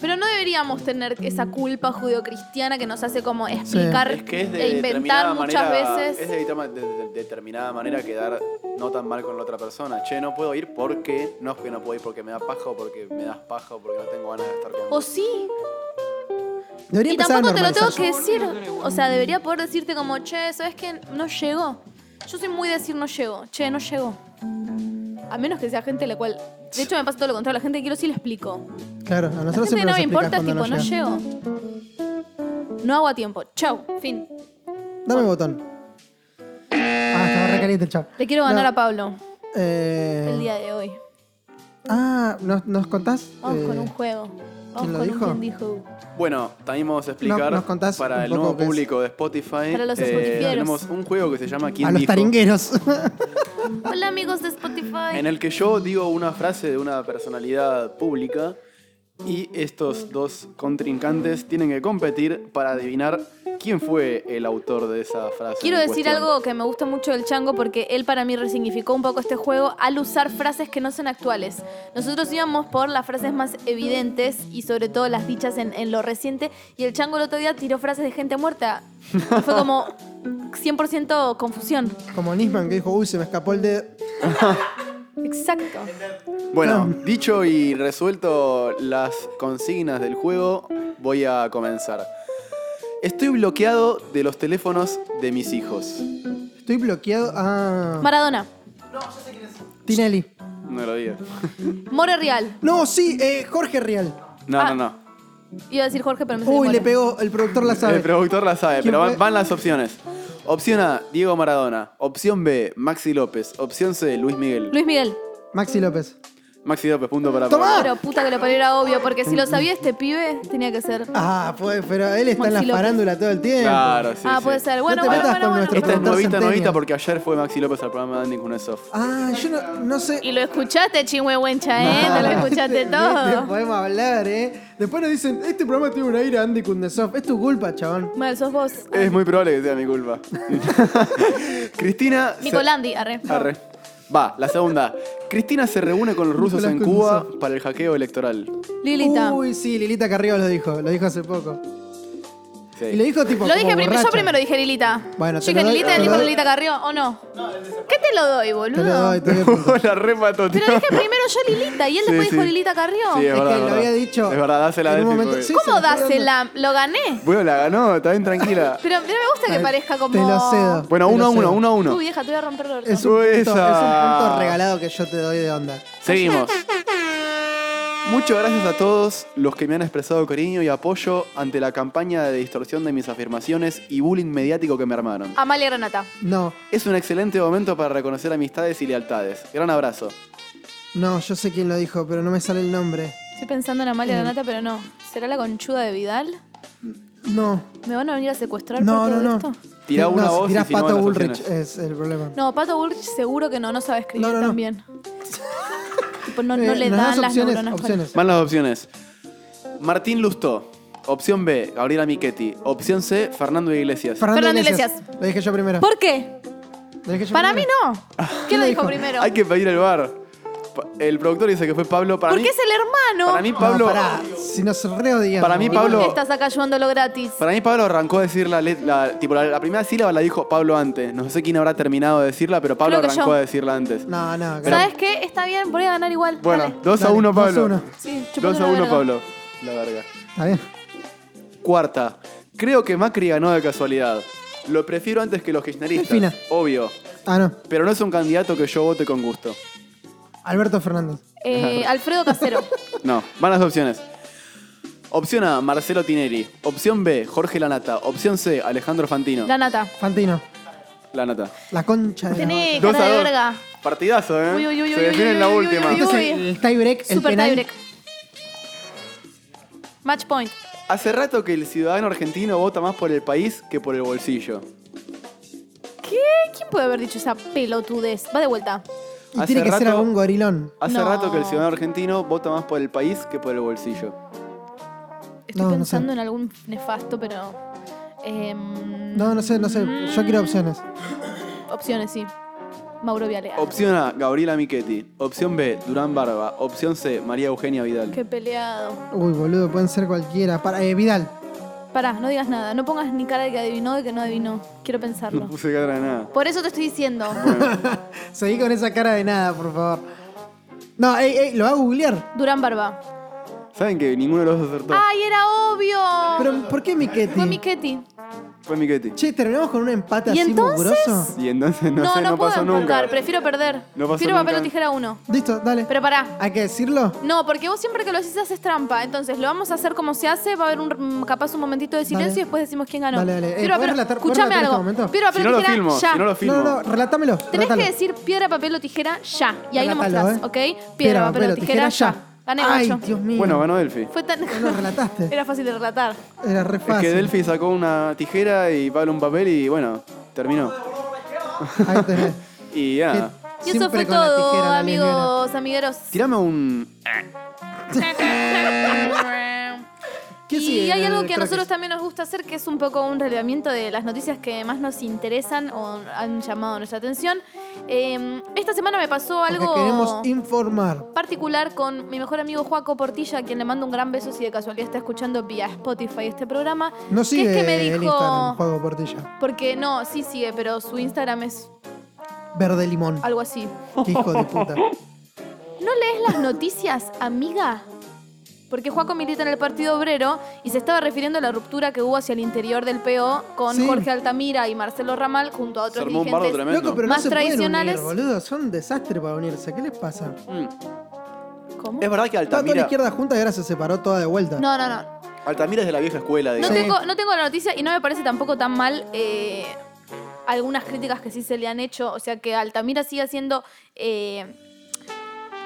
Speaker 5: Pero no deberíamos tener esa culpa judeocristiana que nos hace como explicar
Speaker 3: Es que es de
Speaker 5: e inventar
Speaker 3: determinada
Speaker 5: muchas
Speaker 3: manera,
Speaker 5: veces.
Speaker 3: Es de, determa- de- de- de determinada manera quedar no tan mal con la otra persona. Che, no puedo ir porque. No es que no puedo ir porque me da paja o porque me das paja o porque no tengo ganas de estar con
Speaker 5: O sí,
Speaker 4: Debería
Speaker 5: y
Speaker 4: empezar a
Speaker 5: tampoco te lo tengo
Speaker 4: normalizar.
Speaker 5: que decir. O sea, debería poder decirte como, che, ¿sabes qué? No llegó. Yo soy muy de decir no llegó. Che, no llegó. A menos que sea gente la cual... De hecho, me pasa todo lo contrario. La gente que quiero sí le explico.
Speaker 4: Claro, a
Speaker 5: La
Speaker 4: nosotros
Speaker 5: gente
Speaker 4: siempre
Speaker 5: no
Speaker 4: nos
Speaker 5: me importa,
Speaker 4: explicas
Speaker 5: es tipo,
Speaker 4: cuando
Speaker 5: no
Speaker 4: nos llega.
Speaker 5: llego. No hago a tiempo. Chau. Fin.
Speaker 4: Dame botón. Ah, estaba re caliente el chavo.
Speaker 5: Le quiero ganar
Speaker 4: No.
Speaker 5: a Pablo
Speaker 4: Eh,
Speaker 5: el día de hoy.
Speaker 4: Ah, ¿nos, nos contás?
Speaker 5: Vamos
Speaker 4: Eh,
Speaker 5: con un juego. Vamos
Speaker 4: ¿quién lo
Speaker 5: con
Speaker 4: dijo?
Speaker 5: un quien dijo.
Speaker 3: Bueno, también vamos a explicar
Speaker 4: No, nos contás un
Speaker 3: para el
Speaker 4: poco
Speaker 3: nuevo
Speaker 4: qué es.
Speaker 3: público de Spotify. eh,
Speaker 5: Para los spotifieros.
Speaker 3: tenemos un juego que se llama ¿Quién
Speaker 4: a los
Speaker 3: dijo?
Speaker 4: taringueros.
Speaker 5: Hola amigos de Spotify.
Speaker 3: En el que yo digo una frase de una personalidad pública y estos dos contrincantes tienen que competir para adivinar quién fue el autor de esa frase.
Speaker 5: Quiero
Speaker 3: en
Speaker 5: decir
Speaker 3: cuestión.
Speaker 5: algo que me gusta mucho del Chango porque él para mí resignificó un poco este juego al usar frases que no son actuales. Nosotros íbamos por las frases más evidentes y sobre todo las dichas en, en lo reciente y el Chango el otro día tiró frases de gente muerta. Y fue como 100% confusión.
Speaker 4: Como Nisman que dijo, uy, se me escapó el dedo.
Speaker 5: Exacto.
Speaker 3: Bueno,
Speaker 4: No.
Speaker 3: dicho y resuelto las consignas del juego, voy a comenzar. Estoy bloqueado de los teléfonos de mis hijos.
Speaker 4: Estoy bloqueado. Ah.
Speaker 5: Maradona.
Speaker 4: Tinelli.
Speaker 3: No lo digo.
Speaker 5: More Real.
Speaker 4: No, sí, eh, Jorge Real.
Speaker 3: No,
Speaker 5: Ah,
Speaker 3: no, no.
Speaker 5: Iba a decir Jorge, pero me salió
Speaker 4: Uy,
Speaker 5: More.
Speaker 4: le pegó, el productor la sabe.
Speaker 3: El productor la sabe,
Speaker 4: ¿Quién
Speaker 3: pero van,
Speaker 4: fue?
Speaker 3: van las opciones. Opción A, Diego Maradona. Opción B, Maxi López. Opción C, Luis Miguel.
Speaker 5: Luis Miguel.
Speaker 4: Maxi López.
Speaker 3: Maxi López, punto para
Speaker 4: Tomá.
Speaker 3: Pablo.
Speaker 5: Pero puta que lo parió era obvio porque si lo sabía este pibe tenía que ser.
Speaker 4: Ah, pues, pero él está en la
Speaker 5: Maxi López.
Speaker 4: farándula todo el tiempo.
Speaker 3: Claro, sí.
Speaker 5: ah,
Speaker 3: sí.
Speaker 5: puede ser.
Speaker 4: No
Speaker 5: Bueno,
Speaker 4: te
Speaker 5: bueno,
Speaker 4: metas
Speaker 5: bueno,
Speaker 4: con
Speaker 5: bueno.
Speaker 4: nuestro
Speaker 3: Esta es
Speaker 4: Doctor
Speaker 3: novita,
Speaker 4: Centennial.
Speaker 3: novita, porque ayer fue Maxi López al programa de Andy Kuznetsov.
Speaker 4: Ah, yo no, no sé.
Speaker 5: Y lo escuchaste, chingüehuencha, ¿eh? Te lo escuchaste
Speaker 4: Te
Speaker 5: todo.
Speaker 4: Este, podemos hablar, ¿eh? Después nos dicen, este programa tiene un aire a Andy Kundesov. Es tu culpa, chabón.
Speaker 5: Mal, sos vos.
Speaker 4: Eh,
Speaker 3: Es muy probable que sea mi culpa. Cristina. se-
Speaker 5: Nicolandi, arre.
Speaker 3: Arre. Va, la segunda. Cristina se reúne con los rusos en
Speaker 4: Nicolás
Speaker 3: Cuba
Speaker 4: Kunduzov.
Speaker 3: para el hackeo electoral.
Speaker 5: Lilita.
Speaker 4: Uy, sí, Lilita Carrillo lo dijo, lo dijo hace poco.
Speaker 3: Sí.
Speaker 4: Y lo dijo tipo.
Speaker 5: Lo dije
Speaker 4: como
Speaker 5: primero, yo
Speaker 4: borracha.
Speaker 5: primero dije Lilita.
Speaker 4: Bueno, te
Speaker 5: yo dije
Speaker 4: lo doy,
Speaker 5: Lilita,
Speaker 4: te
Speaker 5: él
Speaker 4: lo
Speaker 5: dijo
Speaker 4: doy.
Speaker 5: Lilita Carrió, ¿o no? ¿Qué te lo doy,
Speaker 4: Te lo
Speaker 5: boludo?
Speaker 4: doy, te doy el punto.
Speaker 3: la remata, tío.
Speaker 5: Pero dije primero yo Lilita y él
Speaker 3: Sí,
Speaker 5: después dijo
Speaker 3: sí.
Speaker 5: Lilita Carrió.
Speaker 3: Sí, es,
Speaker 4: Es
Speaker 3: verdad,
Speaker 4: que lo
Speaker 3: verdad.
Speaker 4: había dicho.
Speaker 3: Es verdad, dásela
Speaker 4: en
Speaker 3: de
Speaker 4: un
Speaker 3: este,
Speaker 4: momento-
Speaker 3: porque-
Speaker 4: sí, se
Speaker 5: ¿Cómo
Speaker 4: lo estoy dando.
Speaker 5: dásela? ¿Lo gané?
Speaker 3: Bueno, la ganó, está bien tranquila.
Speaker 5: Pero mira, me gusta que parezca como.
Speaker 4: Te lo cedo.
Speaker 3: bueno,
Speaker 4: te
Speaker 3: uno a
Speaker 4: lo
Speaker 3: uno,
Speaker 4: cedo.
Speaker 3: uno a uno.
Speaker 5: Tú, vieja, te voy a romper el orto.
Speaker 4: Es un, punto, es un
Speaker 3: Esa.
Speaker 4: punto regalado que yo te doy de onda.
Speaker 3: Seguimos. Muchas gracias a todos los que me han expresado cariño y apoyo ante la campaña de distorsión de mis afirmaciones y bullying mediático que me armaron.
Speaker 5: Amalia Granata.
Speaker 4: No,
Speaker 3: Es un excelente momento para reconocer amistades y lealtades. Gran abrazo.
Speaker 4: no, yo sé quién lo dijo, pero no me sale el nombre.
Speaker 5: Estoy pensando en Amalia Granata, pero no. ¿Será la conchuda de Vidal?
Speaker 4: No,
Speaker 5: ¿Me van a venir a secuestrar
Speaker 4: no,
Speaker 5: por
Speaker 4: no,
Speaker 5: todo
Speaker 4: no.
Speaker 5: esto?
Speaker 3: Tirá
Speaker 4: No,
Speaker 3: una
Speaker 4: si
Speaker 3: voz y
Speaker 4: tirás
Speaker 3: si no,
Speaker 4: Pato
Speaker 3: las
Speaker 4: Bullrich
Speaker 3: opciones.
Speaker 4: es el problema.
Speaker 5: No, Pato Bullrich seguro que no, no sabe escribir
Speaker 4: No, no, no.
Speaker 5: también. Tipo, no,
Speaker 4: Eh,
Speaker 5: no le
Speaker 4: ¿nos das
Speaker 5: dan las
Speaker 4: opciones,
Speaker 5: neuronas. para-
Speaker 4: opciones.
Speaker 3: Van las opciones. Martín Lustó. Opción B, Gabriela Michetti. Opción C, Fernando Iglesias.
Speaker 5: Fernando
Speaker 4: Lo dije yo primero.
Speaker 5: ¿Por qué?
Speaker 4: Lo dije yo
Speaker 5: Para mí
Speaker 4: primero.
Speaker 5: no. ¿Quién lo dijo
Speaker 4: dijo?
Speaker 5: primero?
Speaker 3: Hay que pedir el bar. Pa- El productor dice que fue Pablo. Para mí,
Speaker 5: Porque es el hermano.
Speaker 3: para mí
Speaker 4: No,
Speaker 3: Pablo,
Speaker 4: pará, si nos reodiamos.
Speaker 3: Para mí,
Speaker 5: ¿Y por
Speaker 3: Pablo-
Speaker 5: qué estás acá ayudándolo gratis?
Speaker 3: para mí Pablo arrancó a decir la, let- la- tipo, la, la primera sílaba la dijo Pablo antes. No sé quién habrá terminado de decirla, pero Pablo
Speaker 5: Creo que
Speaker 3: arrancó
Speaker 5: yo.
Speaker 3: a decirla antes.
Speaker 4: No, no,
Speaker 5: ¿Sabes qué? Está bien, voy a ganar igual.
Speaker 3: Bueno,
Speaker 5: Dale.
Speaker 3: 2 a
Speaker 4: Dale,
Speaker 3: 1
Speaker 4: dos a
Speaker 3: Pablo.
Speaker 4: uno.
Speaker 5: Sí, chupate
Speaker 3: 2 a
Speaker 5: una
Speaker 3: 1
Speaker 5: verga.
Speaker 3: Pablo. La verga.
Speaker 4: Está bien.
Speaker 3: Cuarta. Creo que Macri ganó de casualidad. Lo prefiero antes que los
Speaker 4: Delfina.
Speaker 3: kirchneristas. Obvio.
Speaker 4: Ah, no.
Speaker 3: Pero no es un candidato que yo vote con gusto.
Speaker 4: Alberto Fernández.
Speaker 5: Eh, Alfredo Casero.
Speaker 3: No, van las opciones. Opción A, Marcelo Tineri. Opción B, Jorge Lanata. Opción C, Alejandro Fantino.
Speaker 5: La nata.
Speaker 4: Fantino.
Speaker 3: Lanata.
Speaker 4: La concha de la
Speaker 5: Tené
Speaker 3: Dos
Speaker 5: cara
Speaker 3: a
Speaker 5: de
Speaker 3: dos.
Speaker 5: verga.
Speaker 3: Partidazo, ¿eh?
Speaker 5: Uy, uy, uy,
Speaker 3: Se
Speaker 5: uy,
Speaker 3: define
Speaker 5: uy,
Speaker 3: en la
Speaker 5: uy, uy,
Speaker 3: última.
Speaker 5: uy, uy.
Speaker 4: Entonces, el tiebreak, el
Speaker 5: Super
Speaker 4: penal.
Speaker 5: tiebreak. Match point.
Speaker 3: Hace rato que el ciudadano argentino vota más por el país que por el bolsillo.
Speaker 5: ¿Qué? ¿Quién puede haber dicho esa pelotudez? Va de vuelta.
Speaker 4: Y
Speaker 3: Hace
Speaker 4: tiene que ser
Speaker 3: rato-
Speaker 4: algún gorilón.
Speaker 3: Hace
Speaker 5: No.
Speaker 3: rato que el ciudadano argentino vota más por el país que por el bolsillo.
Speaker 5: Estoy
Speaker 4: No, no
Speaker 5: pensando
Speaker 4: sé.
Speaker 5: en algún nefasto, pero. em,
Speaker 4: No, no sé, no sé. Yo quiero opciones.
Speaker 5: Opciones, sí. Mauro Vialeano.
Speaker 3: Opción A, Gabriela Michetti. Opción B, Durán Barba. Opción C, María Eugenia Vidal.
Speaker 5: Qué peleado.
Speaker 4: Uy, boludo, pueden ser cualquiera. Para, eh, Vidal.
Speaker 5: Pará, no digas nada. No pongas ni cara de que adivinó de que no adivinó. Quiero pensarlo.
Speaker 3: No puse cara de nada.
Speaker 5: Por eso te estoy diciendo.
Speaker 4: Seguí con esa cara de nada, por favor. No, ey, ey, lo va a googlear.
Speaker 5: Durán Barba.
Speaker 3: ¿Saben que ninguno de los dos acertó?
Speaker 5: ¡Ay, era obvio!
Speaker 4: Pero, ¿por qué Miquetti?
Speaker 5: Fue Miquetti.
Speaker 3: Fue Michetti.
Speaker 4: Che, terminamos con un empate
Speaker 5: ¿Y
Speaker 4: así
Speaker 5: entonces?
Speaker 4: mugroso.
Speaker 3: Y entonces no,
Speaker 5: No,
Speaker 3: sé,
Speaker 5: no,
Speaker 3: no,
Speaker 5: puedo
Speaker 3: pasó nunca.
Speaker 5: empatar. Prefiero perder.
Speaker 3: No pasó
Speaker 5: Prefiero papel
Speaker 3: nunca.
Speaker 5: o tijera uno.
Speaker 4: Listo, dale.
Speaker 5: Pero pará.
Speaker 4: ¿Hay que decirlo?
Speaker 5: No, porque vos siempre que lo haces haces trampa. Entonces, lo vamos a hacer como se hace. Va a haber un, mm, capaz un momentito de silencio
Speaker 4: Dale.
Speaker 5: y después decimos quién ganó.
Speaker 4: Dale, dale. Eh,
Speaker 5: Piedra,
Speaker 4: ¿podés
Speaker 5: papel-
Speaker 4: relatar- podés
Speaker 5: escuchame
Speaker 4: relatar este
Speaker 5: algo.
Speaker 4: momento?
Speaker 5: Piedra,
Speaker 3: Si
Speaker 5: papel
Speaker 3: no
Speaker 5: o
Speaker 3: lo
Speaker 5: tijera,
Speaker 3: filmo,
Speaker 5: ya.
Speaker 3: si no lo filmo.
Speaker 4: No, no, no, relátamelo.
Speaker 5: Tenés
Speaker 4: relatalo.
Speaker 5: que decir piedra, papel o tijera ya. Y ahí lo
Speaker 4: Relatalo,
Speaker 5: mostrás,
Speaker 4: eh.
Speaker 5: ¿ok? Piedra, papel, o tijera, ya. Gané,
Speaker 4: Ay,
Speaker 5: macho.
Speaker 4: Dios mío.
Speaker 3: Bueno, ganó Delphi.
Speaker 5: Fue tan...
Speaker 4: No lo relataste.
Speaker 5: Era fácil de relatar.
Speaker 4: Era re
Speaker 3: Es
Speaker 4: fácil.
Speaker 3: que Delphi sacó una tijera y Pablo un papel y bueno, terminó.
Speaker 4: Ahí tenés.
Speaker 3: Y ya.
Speaker 5: Y eso
Speaker 4: Siempre
Speaker 5: fue
Speaker 4: con la
Speaker 5: todo,
Speaker 4: tijera, la lesbiana.
Speaker 5: amigos, amigueros.
Speaker 3: Tirame un.
Speaker 4: ¿Qué
Speaker 5: y
Speaker 4: sigue?
Speaker 5: hay algo que a
Speaker 4: Creo
Speaker 5: nosotros
Speaker 4: sí.
Speaker 5: también nos gusta hacer, que es un poco un relevamiento de las noticias que más nos interesan o han llamado nuestra atención. Eh, esta semana me pasó
Speaker 4: Porque
Speaker 5: algo
Speaker 4: queremos informar.
Speaker 5: particular con mi mejor amigo Juaco Portilla, a quien le mando un gran beso si de casualidad está escuchando vía Spotify este programa.
Speaker 4: No sigue
Speaker 5: que es que me
Speaker 4: el
Speaker 5: dijo...
Speaker 4: Instagram, Juego Portilla.
Speaker 5: Porque no, sí sigue, pero su Instagram es
Speaker 4: Verde limón.
Speaker 5: algo así.
Speaker 4: Qué hijo de puta.
Speaker 5: ¿No lees las noticias, amiga? Porque Juaco milita en el Partido Obrero y se estaba refiriendo a la ruptura que hubo hacia el interior del PO con
Speaker 4: Sí.
Speaker 5: Jorge Altamira y Marcelo Ramal junto a
Speaker 3: Se
Speaker 5: otros
Speaker 3: armó un bardo
Speaker 5: dirigentes.
Speaker 3: tremendo.
Speaker 4: Loco, pero
Speaker 5: Más
Speaker 4: no se
Speaker 5: tradicionales.
Speaker 4: pueden unir, boludo. Son un desastre para unirse. ¿Qué les pasa?
Speaker 3: Mm.
Speaker 5: ¿Cómo?
Speaker 3: Es verdad que
Speaker 4: Estaba toda la
Speaker 3: Altamira.
Speaker 4: izquierda junta y ahora se separó toda de vuelta.
Speaker 5: No, no, no.
Speaker 3: Altamira es de la vieja escuela,
Speaker 5: No
Speaker 3: digamos.
Speaker 5: tengo, no tengo la noticia y no me parece tampoco tan mal eh, algunas críticas que sí se le han hecho. O sea que Altamira sigue haciendo eh,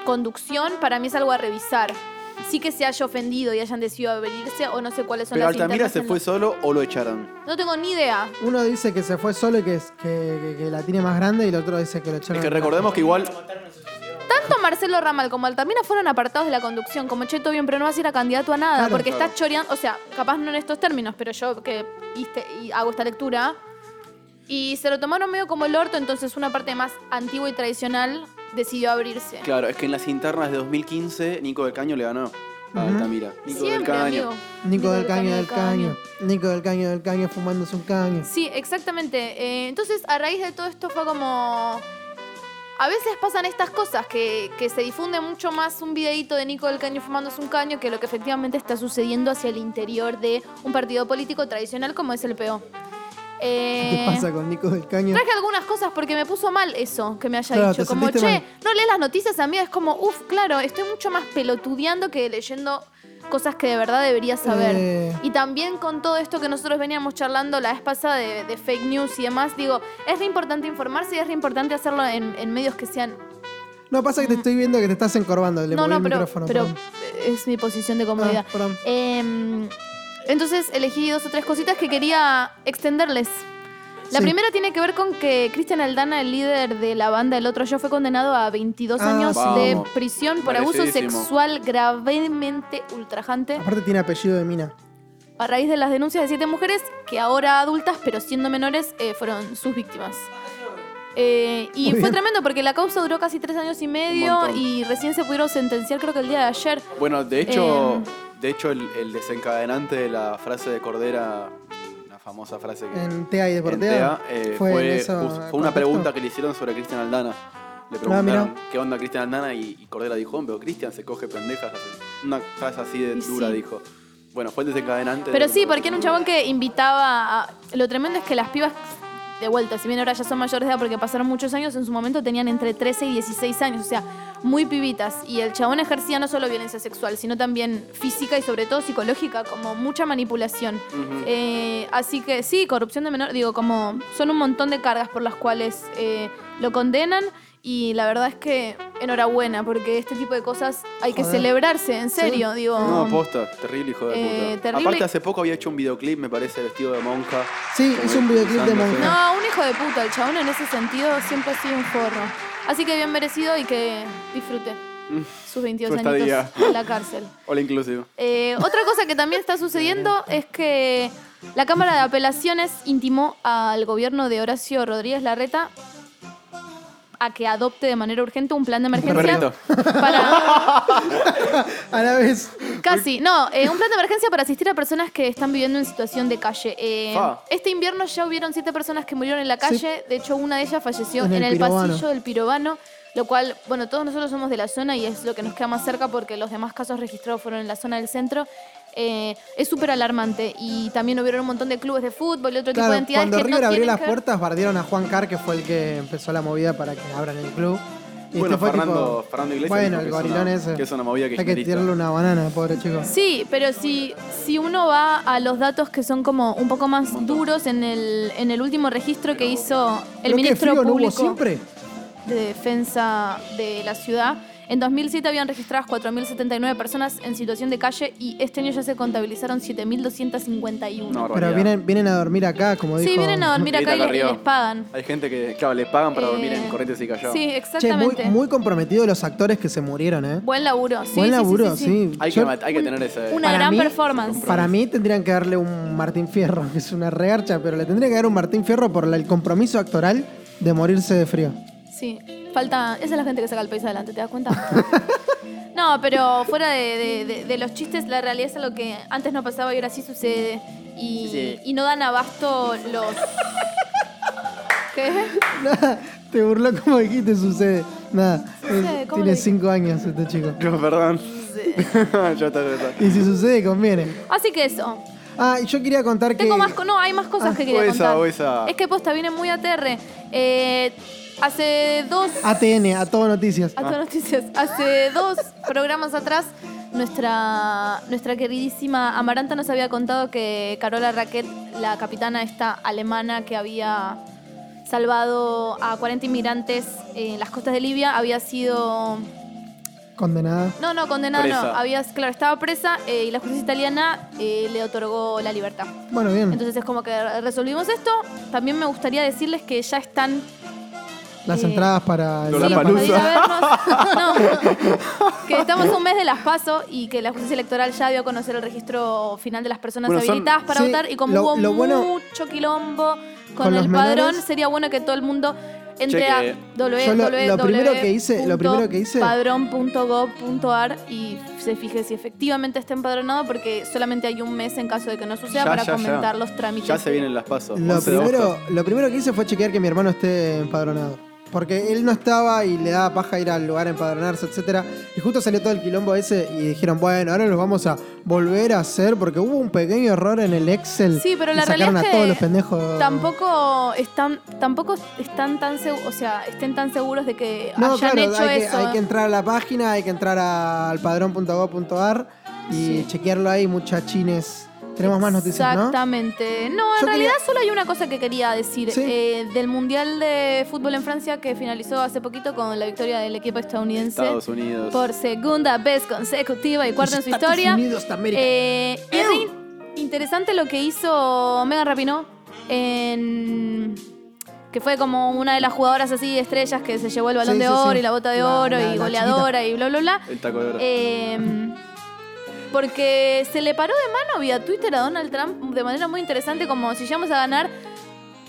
Speaker 5: conducción, para mí es algo a revisar. Sí que se haya ofendido y hayan decidido abrirse o no sé cuáles son
Speaker 3: Pero
Speaker 5: las
Speaker 3: Altamira
Speaker 5: internas
Speaker 3: se
Speaker 5: en
Speaker 3: fue
Speaker 5: los-
Speaker 3: solo o lo echaron.
Speaker 5: No tengo ni idea.
Speaker 4: Uno dice que se fue solo y que, es- que, que- que la tiene más grande y el otro dice que lo echaron.
Speaker 3: Es que recordemos que igual.
Speaker 5: Tanto Marcelo Ramal como Altamira fueron apartados de la conducción, como che, todo bien, pero no vas a ir a candidato a nada,
Speaker 4: Claro,
Speaker 5: porque
Speaker 3: claro.
Speaker 5: estás choreando, o sea, capaz no en estos términos, pero yo que histe- y hago esta lectura, y se lo tomaron medio como el orto, entonces una parte más antigua y tradicional decidió abrirse.
Speaker 3: Claro, es que en las internas de 2015, Nico del Caño le ganó a
Speaker 4: Ujú.
Speaker 3: Altamira. Nico del
Speaker 5: Siempre,
Speaker 3: Caño.
Speaker 5: amigo.
Speaker 4: Nico del caño del caño. Nico del caño del caño fumándose un caño.
Speaker 5: Sí, exactamente. Eh, entonces, a raíz de todo esto fue como... A veces pasan estas cosas, que, que se difunde mucho más un videíto de Nico del Caño fumándose un caño que lo que efectivamente está sucediendo hacia el interior de un partido político tradicional como es el PO. Eh,
Speaker 4: ¿Qué pasa con Nico del caño?
Speaker 5: Traje algunas cosas porque me puso mal eso que me haya
Speaker 4: Claro,
Speaker 5: dicho.
Speaker 4: te
Speaker 5: Como, che,
Speaker 4: sentiste mal.
Speaker 5: no lees las noticias, amiga. Es como, uff, claro, estoy mucho más pelotudeando que leyendo cosas que de verdad debería saber.
Speaker 4: Eh.
Speaker 5: Y también con todo esto que nosotros veníamos charlando la vez pasada de, de fake news y demás, digo, es re importante informarse y es re importante hacerlo en, en medios que sean.
Speaker 4: No, pasa que te estoy viendo que te estás encorvando. Le
Speaker 5: Mm. no,
Speaker 4: moví
Speaker 5: no,
Speaker 4: el
Speaker 5: pero,
Speaker 4: micrófono.
Speaker 5: pero
Speaker 4: perdón.
Speaker 5: es mi posición de
Speaker 4: Ah,
Speaker 5: comodidad.
Speaker 4: perdón.
Speaker 5: Eh, entonces elegí dos o tres cositas que quería extenderles. La
Speaker 4: Sí.
Speaker 5: primera tiene que ver con que Cristian Aldana, el líder de la banda El Otro Yo, fue condenado a 22
Speaker 4: Ah,
Speaker 5: años
Speaker 3: sí.
Speaker 5: de
Speaker 3: Vamos.
Speaker 5: prisión por abuso
Speaker 3: Merecidísimo.
Speaker 5: sexual gravemente ultrajante
Speaker 4: Aparte tiene apellido de mina.
Speaker 5: a raíz de las denuncias de siete mujeres que ahora adultas, pero siendo menores, eh, fueron sus víctimas. Eh, y
Speaker 4: Muy
Speaker 5: fue
Speaker 4: bien.
Speaker 5: tremendo porque la causa duró casi tres años y medio
Speaker 3: montón.
Speaker 5: y recién se pudieron sentenciar creo que el día de ayer.
Speaker 3: Bueno, de hecho,
Speaker 5: Em.
Speaker 3: de hecho el, el desencadenante de la frase de Cordera, una famosa frase que
Speaker 4: En TEA y
Speaker 3: en
Speaker 4: Deportea.
Speaker 3: TEA, eh,
Speaker 4: fue
Speaker 3: fue,
Speaker 4: en
Speaker 3: justo-
Speaker 4: esa-
Speaker 3: fue
Speaker 4: contexto. Ah,
Speaker 3: una pregunta que le hicieron sobre Cristian Aldana. Le preguntaron
Speaker 4: mirá.
Speaker 3: qué onda Cristian Aldana y, y Cordera dijo, pero Cristian se coge pendejas. hace- Una frase así de
Speaker 5: Y
Speaker 3: dura
Speaker 5: sí.
Speaker 3: dijo. Bueno, fue el desencadenante.
Speaker 5: Pero
Speaker 3: del-
Speaker 5: sí, porque era un chabón que invitaba a... Lo tremendo es que las pibas, de vuelta, si bien ahora ya son mayores de edad porque pasaron muchos años, en su momento tenían entre 13 y 16 años, o sea, muy pibitas. Y el chabón ejercía no solo violencia sexual, sino también física y sobre todo psicológica, como mucha manipulación.
Speaker 3: Ujú.
Speaker 5: Eh, así que sí, corrupción de menor, digo, como son un montón de cargas por las cuales eh, lo condenan. Y la verdad es que enhorabuena, porque este tipo de cosas hay que
Speaker 4: Joder.
Speaker 5: celebrarse, en serio, digo.
Speaker 3: No, posta, terrible hijo de
Speaker 5: Eh,
Speaker 3: puta.
Speaker 5: terrible.
Speaker 3: Aparte hace poco había hecho un videoclip, me parece, vestido de monja.
Speaker 4: Sí,
Speaker 3: como
Speaker 4: hizo un videoclip de
Speaker 3: usándose.
Speaker 4: monja.
Speaker 5: No, un hijo de puta, el chabón en ese sentido siempre ha sido un forro. Así que bien merecido y que disfrute sus 22
Speaker 3: Su
Speaker 5: añitos
Speaker 3: estadía.
Speaker 5: en la cárcel.
Speaker 3: Hola inclusive.
Speaker 5: Eh, otra cosa que también está sucediendo es que la Cámara de Apelaciones intimó al gobierno de Horacio Rodríguez Larreta a que adopte de manera urgente un plan de emergencia
Speaker 3: Correcto.
Speaker 5: para
Speaker 4: A la vez.
Speaker 5: casi no eh, un plan de emergencia para asistir a personas que están viviendo en situación de calle Eh,
Speaker 3: Fa.
Speaker 5: este invierno ya hubieron siete personas que murieron en la calle de hecho una de ellas falleció
Speaker 4: En
Speaker 5: en
Speaker 4: el
Speaker 5: el,
Speaker 4: Pirobano.
Speaker 5: pasillo del Pirobano lo cual bueno todos nosotros somos de la zona y es lo que nos queda más cerca porque los demás casos registrados fueron en la zona del centro Eh, es súper alarmante y también hubieron un montón de clubes de fútbol y otro tipo
Speaker 4: Claro,
Speaker 5: de entidades
Speaker 4: cuando
Speaker 5: que
Speaker 4: River
Speaker 5: no
Speaker 4: abrió
Speaker 5: tienen
Speaker 4: las
Speaker 5: que ver-
Speaker 4: puertas, bardearon a Juan Carr, que fue el que empezó la movida para que abran el club. Y
Speaker 3: Bueno,
Speaker 4: este fue
Speaker 3: Fernando,
Speaker 4: tipo,
Speaker 3: Fernando Iglesias
Speaker 4: Bueno,
Speaker 3: dijo
Speaker 4: el
Speaker 3: que es una-
Speaker 4: gorilón ese.
Speaker 3: que es una movida
Speaker 4: Hay que
Speaker 3: kirchnerista.
Speaker 4: tirarle una banana, pobre chico.
Speaker 5: Sí, pero si, si uno va a los datos que son como un poco más duros en el, en el último registro que hizo el
Speaker 4: Pero qué
Speaker 5: ministro
Speaker 4: frío no hubo
Speaker 5: público
Speaker 4: siempre?
Speaker 5: de Defensa de la ciudad, en 2007 habían registradas 4.079 personas en situación de calle y este año ya se contabilizaron 7.251.
Speaker 3: Una barbaridad.
Speaker 4: Pero vienen, vienen a dormir acá, como dijo.
Speaker 5: sí, vienen a dormir
Speaker 3: Grita
Speaker 5: acá y les,
Speaker 3: Carrió.
Speaker 5: les pagan.
Speaker 3: Hay gente que, claro, les pagan para dormir
Speaker 5: Eh,
Speaker 3: en Corrientes y Callao.
Speaker 5: Sí,
Speaker 4: Che, muy,
Speaker 5: exactamente.
Speaker 4: muy comprometidos los actores que se murieron, ¿eh?
Speaker 5: Buen laburo. Sí,
Speaker 4: Buen
Speaker 5: sí, sí,
Speaker 4: laburo, sí.
Speaker 3: Hay,
Speaker 4: Yo-
Speaker 3: que, mat- hay que tener ese...
Speaker 5: Una
Speaker 4: Para
Speaker 5: gran
Speaker 4: mí-
Speaker 5: performance.
Speaker 4: Para mí tendrían que darle un Martín Fierro, que es una regarcha, pero le tendría que dar un Martín Fierro por el compromiso actoral de morirse de frío.
Speaker 5: Sí, falta. Esa es la gente que saca el país adelante, ¿te das cuenta? no, pero fuera de, de- de- de los chistes, la realidad es lo que antes no pasaba y ahora sí sucede. Y,
Speaker 3: Sí.
Speaker 5: y no dan abasto los. ¿Qué?
Speaker 4: Nada, te burló como dijiste, sucede. Nada,
Speaker 5: Sucede, ¿cómo lo
Speaker 4: tiene
Speaker 5: dije?
Speaker 4: cinco años este chico.
Speaker 3: Yo, perdón. ya está, ya está.
Speaker 4: Y si sucede, conviene.
Speaker 5: Así que eso.
Speaker 4: Ah, y yo quería contar
Speaker 5: Tengo
Speaker 4: que...
Speaker 5: más. co- No, hay más cosas
Speaker 4: Ah,
Speaker 5: que quería
Speaker 3: o esa,
Speaker 5: contar.
Speaker 3: o esa.
Speaker 5: Es que posta viene muy aterre. Eh, hace dos.
Speaker 4: ATN, a todo noticias.
Speaker 5: A todas Ah, noticias. Hace dos programas atrás, nuestra, nuestra queridísima Amaranta nos había contado que Carola Raquet, la capitana esta alemana que había salvado a 40 inmigrantes en las costas de Libia, había sido...
Speaker 4: Condenada.
Speaker 5: No, no, condenada, no.
Speaker 3: Presa.
Speaker 5: Había, claro, estaba presa eh, y la justicia italiana eh, le otorgó la libertad.
Speaker 4: Bueno, bien.
Speaker 5: Entonces es como que resolvimos esto. También me gustaría decirles que ya están
Speaker 4: Las
Speaker 5: eh,
Speaker 4: entradas para...
Speaker 3: Lola
Speaker 5: Sí,
Speaker 4: Lollapalooza.
Speaker 5: para ir a vernos. No, que estamos a un mes de las PASO y que la justicia electoral ya dio a conocer el registro final de las personas
Speaker 3: Bueno, son-
Speaker 5: habilitadas para
Speaker 4: sí,
Speaker 5: votar y como
Speaker 4: lo-
Speaker 5: hubo
Speaker 4: lo bueno-
Speaker 5: mucho quilombo con,
Speaker 4: con los
Speaker 5: el padrón,
Speaker 4: menores-
Speaker 5: sería bueno que todo el mundo entre
Speaker 3: Cheque.
Speaker 5: a
Speaker 4: Yo lo- lo primero que hice- lo primero que hice-
Speaker 5: www.padrón.gov.ar y se fije si efectivamente está empadronado porque solamente hay un mes en caso de que no suceda
Speaker 3: Ya,
Speaker 5: para
Speaker 3: ya, ya.
Speaker 5: comentar los trámites.
Speaker 3: Ya se vienen las pasos.
Speaker 4: Lo
Speaker 3: 11 de agosto.
Speaker 4: primero, lo primero que hice fue chequear que mi hermano esté empadronado. Porque él no estaba y le daba paja ir al lugar a empadronarse, etcétera. Y justo salió todo el quilombo ese y dijeron, bueno, ahora los vamos a volver a hacer porque hubo un pequeño error en el Excel.
Speaker 5: Sí, pero
Speaker 4: y
Speaker 5: la
Speaker 4: sacaron a
Speaker 5: realidad es que
Speaker 4: todos los pendejos.
Speaker 5: Tampoco están, tampoco están tan seguros, o sea, estén tan seguros de que
Speaker 4: No,
Speaker 5: hayan
Speaker 4: claro,
Speaker 5: hecho
Speaker 4: hay, que,
Speaker 5: eso.
Speaker 4: hay que entrar a la página, hay que entrar al padrón.gov.ar y chequearlo ahí, muchachines. Tenemos más noticias, ¿no?
Speaker 5: Exactamente. No, en
Speaker 4: Yo
Speaker 5: realidad solo hay una cosa que quería decir.
Speaker 4: Sí.
Speaker 5: eh, del Mundial de Fútbol en Francia que finalizó hace poquito con la victoria del equipo estadounidense
Speaker 3: Estados Unidos.
Speaker 5: por segunda vez consecutiva y cuarta en su
Speaker 4: Estados
Speaker 5: historia.
Speaker 4: Unidos de América.
Speaker 5: Eh, es in- interesante lo que hizo Megan Rapinoe en que fue como una de las jugadoras así estrellas que se llevó el balón
Speaker 4: Sí,
Speaker 5: de
Speaker 4: sí,
Speaker 5: oro
Speaker 4: sí.
Speaker 5: y la bota de
Speaker 4: La-
Speaker 5: oro
Speaker 4: la- la
Speaker 5: y goleadora y bla bla bla.
Speaker 3: El taco de oro.
Speaker 5: Eh, porque se le paró de mano vía Twitter a Donald Trump de manera muy interesante, como si llegamos a ganar,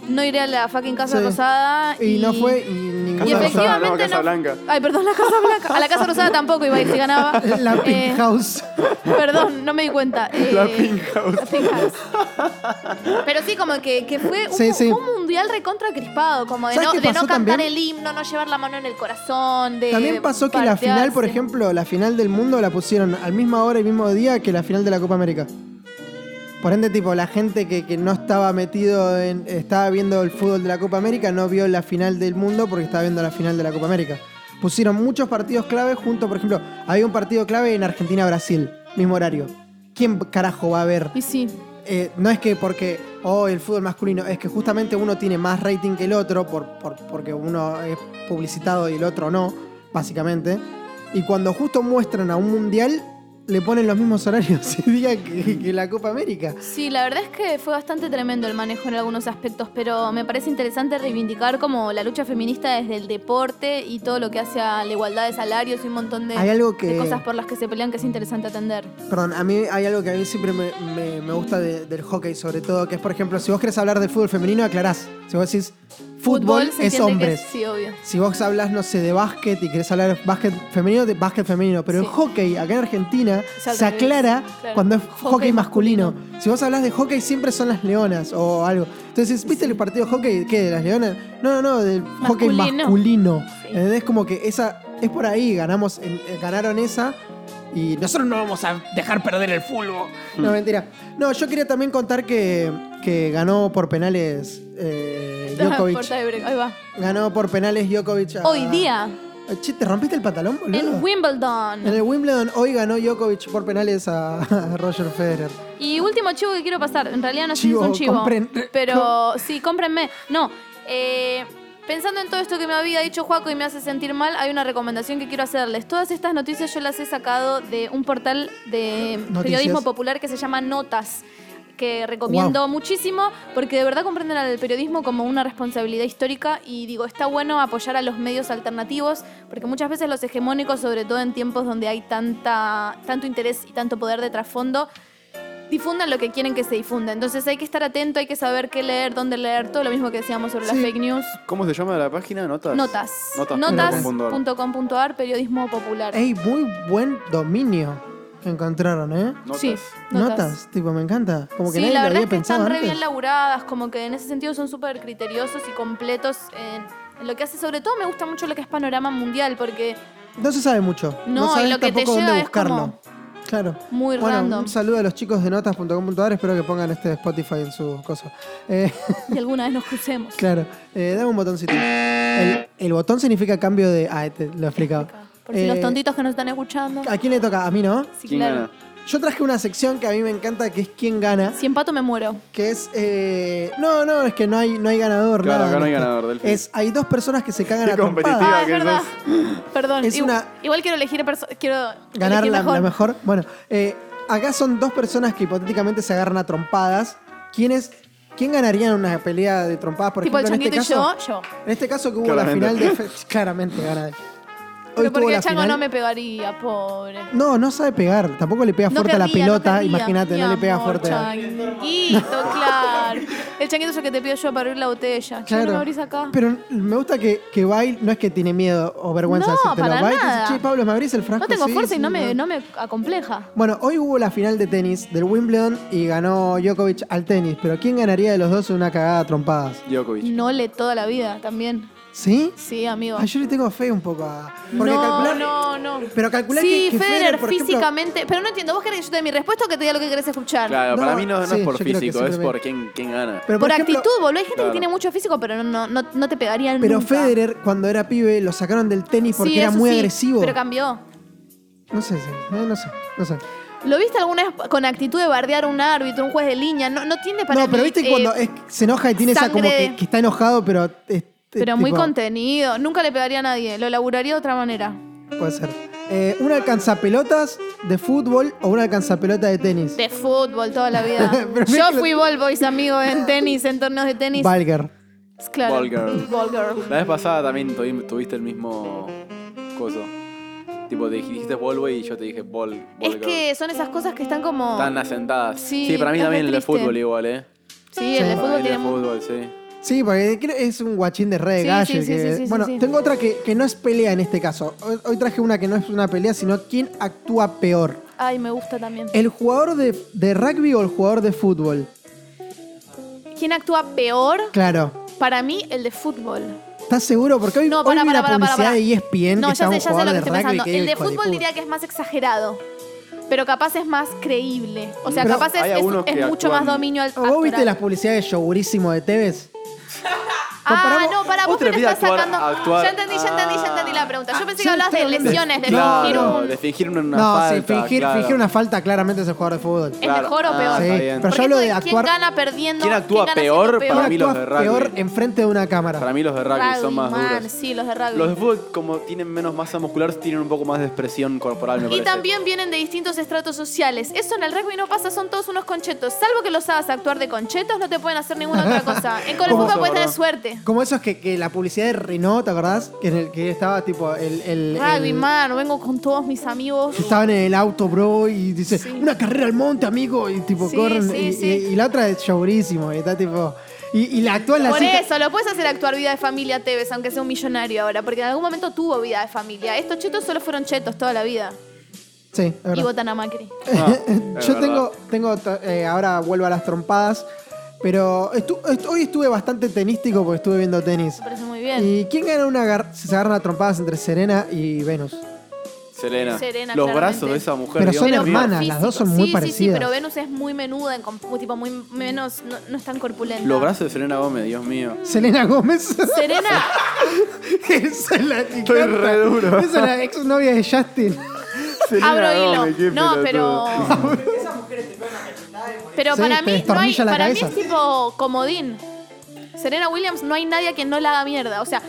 Speaker 5: no iré a la fucking Casa
Speaker 4: Sí.
Speaker 5: Rosada.
Speaker 4: y, no fue y ninguna
Speaker 5: y
Speaker 3: Casa
Speaker 4: razón.
Speaker 3: Rosada,
Speaker 5: efectivamente
Speaker 3: no, Casa
Speaker 5: no-
Speaker 3: Blanca.
Speaker 5: Ay, perdón, la Casa Blanca. A la Casa Rosada tampoco iba a ir si ganaba.
Speaker 4: La Pink
Speaker 5: Eh,
Speaker 4: House.
Speaker 5: Perdón, no me di cuenta. Eh,
Speaker 3: La Pink House.
Speaker 5: la Pink House. Pero sí, como que, que fue, un,
Speaker 4: Sí, sí.
Speaker 5: fue un mundial recontra crispado, como de
Speaker 4: ¿Sabes
Speaker 5: no,
Speaker 4: qué
Speaker 5: de no
Speaker 4: pasó
Speaker 5: cantar
Speaker 4: también?
Speaker 5: el himno, no llevar la mano en el corazón. De
Speaker 4: También pasó que la final, por
Speaker 5: partearse.
Speaker 4: ejemplo, la final del mundo la pusieron al misma hora y mismo día que la final de la Copa América. Por ende, tipo, la gente que, que no estaba metido en. estaba viendo el fútbol de la Copa América no vio la final del mundo porque estaba viendo la final de la Copa América. Pusieron muchos partidos clave junto, por ejemplo, había un partido clave en Argentina-Brasil, mismo horario. ¿Quién carajo va a ver
Speaker 5: Y sí.
Speaker 4: eh, no es que porque oh, el fútbol masculino, es que justamente uno tiene más rating que el otro por, por- porque uno es publicitado y el otro no, básicamente. Y cuando justo muestran a un mundial, le ponen los mismos horarios y día que, que la Copa América.
Speaker 5: Sí, la verdad es que fue bastante tremendo el manejo en algunos aspectos, pero me parece interesante reivindicar como la lucha feminista desde el deporte y todo lo que hace a la igualdad de salarios y un montón de,
Speaker 4: Hay algo
Speaker 5: de
Speaker 4: que-
Speaker 5: cosas por las que se pelean que es interesante atender.
Speaker 4: Perdón, a mí hay algo que a mí siempre me, me- me gusta de- del hockey, sobre todo, que es, por ejemplo, si vos querés hablar del fútbol femenino, aclarás. Si vos decís fútbol,
Speaker 5: se
Speaker 4: es
Speaker 5: entiende que
Speaker 4: hombres.
Speaker 5: sí, obvio.
Speaker 4: Si vos hablas, no sé, de básquet y querés hablar de básquet femenino, de básquet femenino. Pero
Speaker 5: Sí.
Speaker 4: el hockey, acá en Argentina,
Speaker 5: Ya
Speaker 4: se
Speaker 5: al revés,
Speaker 4: aclara
Speaker 5: claro.
Speaker 4: cuando es
Speaker 5: Hockey
Speaker 4: hockey, masculino. Si vos hablas de hockey, siempre son las leonas o algo. Entonces, ¿viste el partido de hockey? ¿Qué? ¿De las leonas? No, no, no, del hockey
Speaker 5: Masculino.
Speaker 4: masculino.
Speaker 5: Sí.
Speaker 4: ¿Entendés? Como que esa. Es por ahí, ganamos, en- eh, ganaron esa. Y nosotros no vamos a dejar perder el fulbo. No, mentira. No, yo quería también contar que, que ganó por penales eh,
Speaker 5: Por
Speaker 4: Djokovic.
Speaker 5: tiebreak, Ahí va.
Speaker 4: Ganó por penales Djokovic. a-
Speaker 5: Hoy día,
Speaker 4: Che, ¿te rompiste el pantalón, boludo?
Speaker 5: en
Speaker 4: En
Speaker 5: Wimbledon.
Speaker 4: el Wimbledon hoy ganó Djokovic por penales a, a Roger Federer.
Speaker 5: Y último chivo que quiero pasar. En realidad no sé si es
Speaker 4: Chivo,
Speaker 5: un chivo.
Speaker 4: compren-
Speaker 5: Pero sí, cómprenme. No, eh, pensando en todo esto que me había dicho Juaco y me hace sentir mal, hay una recomendación que quiero hacerles. Todas estas noticias yo las he sacado de un portal de
Speaker 4: Noticias.
Speaker 5: periodismo popular que se llama Notas que recomiendo muchísimo porque de verdad comprenden al periodismo como una responsabilidad histórica y digo, está bueno apoyar a los medios alternativos porque muchas veces los hegemónicos, sobre todo en tiempos donde hay tanta, tanto interés y tanto poder de trasfondo, difundan lo que quieren que se difunda. Entonces hay que estar atento, hay que saber qué leer, dónde leer, todo lo mismo que decíamos sobre las
Speaker 4: Sí.
Speaker 5: fake news.
Speaker 3: ¿Cómo se llama la página? Notas.
Speaker 5: Notas.
Speaker 3: Notas.com.ar.
Speaker 5: Notas.com.ar, periodismo popular.
Speaker 4: Ey, muy buen dominio que encontraron, ¿eh?
Speaker 3: Notas.
Speaker 5: Sí,
Speaker 4: Notas, tipo, me encanta. Como que
Speaker 5: sí,
Speaker 4: nadie
Speaker 5: la
Speaker 4: lo
Speaker 5: verdad
Speaker 4: había
Speaker 5: es que
Speaker 4: pensado
Speaker 5: están re
Speaker 4: antes.
Speaker 5: bien laburadas, como que en ese sentido son súper criteriosos y completos en, en lo que hace. Sobre todo me gusta mucho lo que es panorama mundial, porque
Speaker 4: No se sabe mucho.
Speaker 5: No,
Speaker 4: No,
Speaker 5: y
Speaker 4: sabes
Speaker 5: lo que te
Speaker 4: tampoco dónde
Speaker 5: llega es
Speaker 4: buscarlo. Claro.
Speaker 5: muy
Speaker 4: bueno,
Speaker 5: random.
Speaker 4: un saludo a los chicos de notas.com.ar. Espero que pongan este Spotify en su cosa. Eh,
Speaker 5: Y alguna vez nos crucemos.
Speaker 4: claro. Eh, dame un botoncito. El, el botón significa cambio de. Ah, este, lo he explicado.
Speaker 5: Por si los
Speaker 4: Eh,
Speaker 5: tontitos que nos están escuchando.
Speaker 4: ¿A quién le toca? A mí, ¿no?
Speaker 5: Sí,
Speaker 3: ¿Quién
Speaker 5: claro.
Speaker 3: gana?
Speaker 4: Yo traje una sección que a mí me encanta, que es quién gana.
Speaker 5: Si empato me muero.
Speaker 4: Que es. eh, No, no, es que no hay, no hay ganador.
Speaker 3: Claro,
Speaker 4: nada
Speaker 3: acá no
Speaker 4: en
Speaker 3: hay
Speaker 4: esto.
Speaker 3: ganador, Delphi.
Speaker 4: Es, hay dos personas que se cagan
Speaker 3: Qué
Speaker 4: a trompadas.
Speaker 3: competitiva.
Speaker 5: Ah, es
Speaker 3: que
Speaker 5: verdad. Perdón.
Speaker 4: Es
Speaker 5: igu-
Speaker 4: una-
Speaker 5: Igual quiero elegir perso- quiero
Speaker 4: ganar
Speaker 5: elegir
Speaker 4: la la mejor.
Speaker 5: mejor.
Speaker 4: Bueno, eh, acá son dos personas que hipotéticamente se agarran a trompadas. ¿Quién, es, ¿Quién ganaría en una pelea de trompadas? Por
Speaker 5: Tipo el
Speaker 4: ejemplo, en
Speaker 5: changuito
Speaker 4: este
Speaker 5: y
Speaker 4: caso.
Speaker 5: yo, yo.
Speaker 4: En este caso que hubo
Speaker 3: Claramente.
Speaker 4: la final de. Claramente gana. él. Hoy
Speaker 5: Pero
Speaker 4: tuvo
Speaker 5: porque
Speaker 4: la
Speaker 5: el chango
Speaker 4: final-
Speaker 5: no me pegaría, pobre.
Speaker 4: No, no sabe pegar. Tampoco le pega
Speaker 5: No
Speaker 4: fuerte a la
Speaker 5: querría,
Speaker 4: pelota.
Speaker 5: no querría,
Speaker 4: Imagínate,
Speaker 5: mi
Speaker 4: no le pega
Speaker 5: amor,
Speaker 4: fuerte. a-
Speaker 5: Changuito, claro. El changuito es el que te pido yo para abrir la botella. Che, no me abrís acá.
Speaker 4: Pero me gusta que, que Bail no es que tiene miedo o vergüenza
Speaker 5: No,
Speaker 4: de hacértelo.
Speaker 5: para
Speaker 4: Va y te dice,
Speaker 5: nada.
Speaker 4: che, Pablo, ¿me abrís el frasco?
Speaker 5: no tengo
Speaker 4: Sí,
Speaker 5: fuerza y
Speaker 4: sí,
Speaker 5: no me, no me acompleja.
Speaker 4: Bueno, hoy hubo la final de tenis del Wimbledon y ganó Djokovic al tenis. Pero ¿quién ganaría de los dos en una cagada a trompadas?
Speaker 3: Djokovic.
Speaker 5: No le toda la vida también.
Speaker 4: ¿Sí?
Speaker 5: Sí, amigo.
Speaker 4: Ah, yo le tengo fe un poco a... Porque
Speaker 5: no,
Speaker 4: calcular...
Speaker 5: no, no.
Speaker 4: Pero calcular
Speaker 5: sí,
Speaker 4: que, que
Speaker 5: Federer,
Speaker 4: por ejemplo-
Speaker 5: físicamente. Pero no entiendo, ¿vos querés que yo te dé mi respuesta o que te diga lo que querés escuchar?
Speaker 3: Claro,
Speaker 4: No,
Speaker 3: para mí no, no
Speaker 4: sí,
Speaker 3: es por
Speaker 4: yo creo que
Speaker 3: físico, es
Speaker 4: simplemente-
Speaker 3: por quién, quién gana.
Speaker 4: pero
Speaker 5: Por,
Speaker 4: ejemplo,
Speaker 5: actitud, boludo. Hay gente
Speaker 3: Claro.
Speaker 5: que tiene mucho físico, pero no, no, no te pegaría en
Speaker 4: Pero
Speaker 5: nunca.
Speaker 4: Federer, cuando era pibe, lo sacaron del tenis porque
Speaker 5: Sí,
Speaker 4: era
Speaker 5: eso
Speaker 4: muy
Speaker 5: sí,
Speaker 4: agresivo.
Speaker 5: Pero cambió.
Speaker 4: No sé, sí, no, no sé, no sé.
Speaker 5: ¿Lo viste alguna vez con actitud de bardear a un árbitro, un juez de línea? No, no tiene para
Speaker 4: no, pero
Speaker 5: mí,
Speaker 4: viste
Speaker 5: eh,
Speaker 4: cuando es- se enoja y tiene esa como
Speaker 5: sangre-
Speaker 4: que, que está enojado, pero... es- es
Speaker 5: Pero muy
Speaker 4: tipo-
Speaker 5: contenido. Nunca le pegaría a nadie. Lo laburaría de otra manera.
Speaker 4: Puede ser. Eh, ¿Un alcanzapelotas de fútbol o un alcanzapelota de tenis?
Speaker 5: De fútbol toda la vida.
Speaker 4: Pero mira
Speaker 5: Yo
Speaker 4: que lo-
Speaker 5: fútbol boys, amigo, en tenis, en torneos de tenis.
Speaker 4: Valger.
Speaker 5: Es claro.
Speaker 3: Ball girl.
Speaker 5: Ball girl.
Speaker 3: La vez pasada también tuvi- tuviste el mismo coso. Tipo, te dijiste Volway y yo te dije Ball. ball
Speaker 5: Es
Speaker 3: girl.
Speaker 5: que son esas cosas que están como.
Speaker 3: Están asentadas.
Speaker 5: Sí,
Speaker 3: para mí
Speaker 5: es re
Speaker 3: también el de
Speaker 5: triste.
Speaker 3: fútbol igual, ¿eh?
Speaker 5: Sí, el de
Speaker 4: Sí.
Speaker 5: fútbol
Speaker 3: Para mí
Speaker 5: tiene
Speaker 3: el
Speaker 5: mu-
Speaker 3: fútbol, sí.
Speaker 4: Sí, porque creo- es un guachín de re de
Speaker 5: Sí,
Speaker 4: gallo
Speaker 5: sí, sí,
Speaker 4: que-
Speaker 5: sí, sí,
Speaker 4: bueno,
Speaker 5: sí, sí.
Speaker 4: tengo otra que, que no es pelea en este caso. Hoy, hoy traje una que no es una pelea, sino quién actúa peor.
Speaker 5: Ay, me gusta también.
Speaker 4: ¿El jugador de, de rugby o el jugador de fútbol?
Speaker 5: ¿Quién actúa peor?
Speaker 4: Claro.
Speaker 5: Para mí, el de fútbol.
Speaker 4: ¿Estás seguro? Porque hoy,
Speaker 5: No,
Speaker 4: hoy
Speaker 5: para,
Speaker 4: vi
Speaker 5: para,
Speaker 4: la
Speaker 5: para, para,
Speaker 4: publicidad
Speaker 5: para.
Speaker 4: de E ESPN
Speaker 5: No,
Speaker 4: que
Speaker 5: ya
Speaker 4: estaba
Speaker 5: sé,
Speaker 4: un
Speaker 5: ya sé lo
Speaker 4: jugador
Speaker 5: que
Speaker 4: de
Speaker 5: estoy
Speaker 4: rugby
Speaker 5: pensando.
Speaker 4: que
Speaker 5: El de
Speaker 4: hijo
Speaker 5: fútbol
Speaker 4: puta.
Speaker 5: diría que es más exagerado. Pero capaz es más creíble. O sea,
Speaker 3: Pero
Speaker 5: capaz es,
Speaker 3: hay
Speaker 5: es-
Speaker 3: algunos
Speaker 5: es
Speaker 3: que
Speaker 5: mucho
Speaker 3: actúan-
Speaker 5: más dominio al
Speaker 4: Ah, ¿Vos viste
Speaker 5: actoral.
Speaker 4: las publicidades de yogurísimo de Tevez?
Speaker 5: Ah,
Speaker 4: Comparamos-
Speaker 5: no, para vos
Speaker 3: Vos te
Speaker 5: me lo
Speaker 3: pide
Speaker 5: estás
Speaker 3: actuar-
Speaker 5: sacando.
Speaker 3: actuar-
Speaker 5: Ya entendí, ya entendí, ya entendí la pregunta. Yo pensé que
Speaker 4: Ah,
Speaker 5: hablabas de
Speaker 4: sí,
Speaker 5: lesiones, de fingir
Speaker 3: claro,
Speaker 5: un.
Speaker 3: de fingir una, una
Speaker 4: no,
Speaker 3: falta.
Speaker 4: sí, fingir,
Speaker 3: claro.
Speaker 4: fingir una falta claramente es el jugador de fútbol.
Speaker 5: ¿Es mejor o
Speaker 3: Ah,
Speaker 5: peor?
Speaker 3: está
Speaker 4: Sí,
Speaker 3: bien.
Speaker 4: pero
Speaker 5: Porque
Speaker 4: yo hablo
Speaker 5: esto
Speaker 4: de
Speaker 5: ¿Quién
Speaker 4: actuar.
Speaker 5: gana perdiendo?
Speaker 3: ¿Quién actúa
Speaker 5: gana siendo
Speaker 3: peor?
Speaker 5: peor?
Speaker 3: Para mí los
Speaker 4: actúa
Speaker 3: de rugby.
Speaker 4: peor enfrente de una cámara.
Speaker 3: Para mí los de rugby, son más
Speaker 5: man,
Speaker 3: duros.
Speaker 5: sí, los de rugby.
Speaker 3: Los de fútbol, como tienen menos masa muscular, tienen un poco más de expresión corporal, me
Speaker 5: y
Speaker 3: parece.
Speaker 5: también vienen de distintos estratos sociales. Eso en el rugby no pasa, son todos unos conchetos. Salvo que los hagas actuar de conchetos, no te pueden hacer ninguna otra cosa. En con el
Speaker 4: ¿Cómo?
Speaker 5: fútbol puedes tener
Speaker 3: ¿Verdad?
Speaker 5: suerte.
Speaker 4: Como esos que, que la publicidad de Renault, ¿te acordás? Que en el que estaba tipo el. el-
Speaker 5: Rugby,
Speaker 4: el-
Speaker 5: man, vengo con todos mis amigos.
Speaker 4: Estaban en el auto, bro, y dice,
Speaker 5: Sí.
Speaker 4: una carrera al monte, amigo, y tipo
Speaker 5: Sí,
Speaker 4: corren.
Speaker 5: sí,
Speaker 4: y,
Speaker 5: sí.
Speaker 4: y- y la otra es chogurísimo, y está tipo, Y, y la actúa en la
Speaker 5: Por
Speaker 4: cita.
Speaker 5: eso, lo puedes hacer actuar vida de familia Tevez, aunque sea un millonario ahora, porque en algún momento tuvo vida de familia. Estos chetos solo fueron chetos toda la vida.
Speaker 4: Sí, es
Speaker 5: Y
Speaker 4: verdad.
Speaker 5: votan a Macri.
Speaker 3: Ah, es
Speaker 4: Yo
Speaker 3: verdad.
Speaker 4: tengo, tengo ta- eh, ahora vuelvo a las trompadas, pero estu- est- hoy estuve bastante tenístico porque estuve viendo tenis.
Speaker 5: Me parece muy bien.
Speaker 4: ¿Y quién gana una gar- si se agarran a trompadas entre Serena y Venus?
Speaker 3: Selena.
Speaker 5: Serena,
Speaker 3: Los
Speaker 5: claramente.
Speaker 3: brazos de esa mujer.
Speaker 4: Pero
Speaker 3: Dios
Speaker 4: son
Speaker 3: mío.
Speaker 4: hermanas. las dos son muy
Speaker 5: sí, Sí, sí,
Speaker 4: parecidas.
Speaker 5: pero Venus es muy menuda, en comp- tipo muy menos, no, no es tan corpulenta.
Speaker 3: Los brazos de Selena Gómez, Dios mío.
Speaker 4: Selena Gómez.
Speaker 5: Serena,
Speaker 4: Esa es la que
Speaker 3: Estoy
Speaker 4: canta.
Speaker 3: re duro.
Speaker 4: Esa es la ex novia de Justin.
Speaker 5: abro hilo. No, pero. Pero
Speaker 4: Sí,
Speaker 5: para
Speaker 4: te
Speaker 5: mí, no hay,
Speaker 4: destornilla la
Speaker 5: para mí
Speaker 4: cabeza.
Speaker 5: es tipo comodín. Serena Williams, no hay nadie que no la haga mierda. O sea,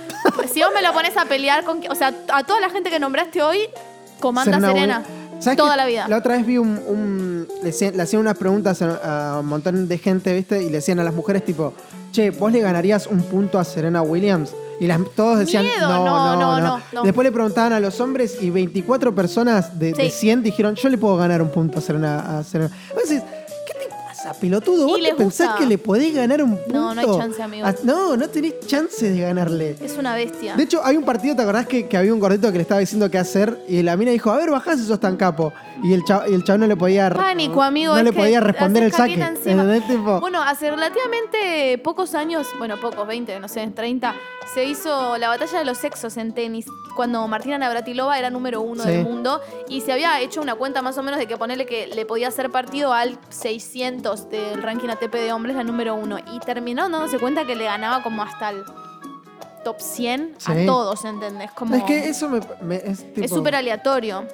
Speaker 5: si vos me lo pones a pelear con. O sea, a toda la gente que nombraste hoy, comanda Serena.
Speaker 4: Williams. ¿Sabes
Speaker 5: toda
Speaker 4: qué?
Speaker 5: la vida.
Speaker 4: La otra vez vi un. un- le, hacían, le hacían unas preguntas a, a un montón de gente, ¿viste? Y le decían a las mujeres, tipo, che, ¿vos le ganarías un punto a Serena Williams? Y las, todos decían,
Speaker 5: Miedo,
Speaker 4: no, no, no,
Speaker 5: no.
Speaker 4: Después le preguntaban a los hombres y 24 personas de, de
Speaker 5: Sí.
Speaker 4: 100 dijeron, yo le puedo ganar un punto a Serena. A Serena. Vos decís, ¿qué te pasa, pelotudo?
Speaker 5: Y
Speaker 4: ¿Vos te
Speaker 5: les
Speaker 4: pensás
Speaker 5: gusta.
Speaker 4: que le podés ganar un punto?
Speaker 5: No, no hay chance, amigo.
Speaker 4: A- no, no tenés chance de ganarle.
Speaker 5: Es una bestia.
Speaker 4: De hecho, hay un partido, ¿te acordás que, que había un gordito que le estaba diciendo qué hacer? Y la mina dijo, a ver, bajá si sos tan capo. Y el chavo, el chabón no le podía...
Speaker 5: Pánico, amigo.
Speaker 4: No
Speaker 5: es
Speaker 4: le
Speaker 5: que
Speaker 4: podía responder el
Speaker 5: haces
Speaker 4: saque.
Speaker 5: caqueta encima.
Speaker 4: ¿Entendés? Tipo,
Speaker 5: Bueno, hace relativamente pocos años, bueno, pocos, 20, no sé, 30, se hizo la batalla de los sexos en tenis, cuando Martina Navratilova era número uno
Speaker 4: Sí.
Speaker 5: del mundo, y se había hecho una cuenta más o menos de que ponerle que le podía hacer partido al 600 del ranking ATP de hombres, la número uno, y terminó dándose cuenta que le ganaba como hasta el top 100
Speaker 4: Sí.
Speaker 5: a todos, ¿entendés? Como,
Speaker 4: es que eso me... me- es tipo-
Speaker 5: es súper aleatorio.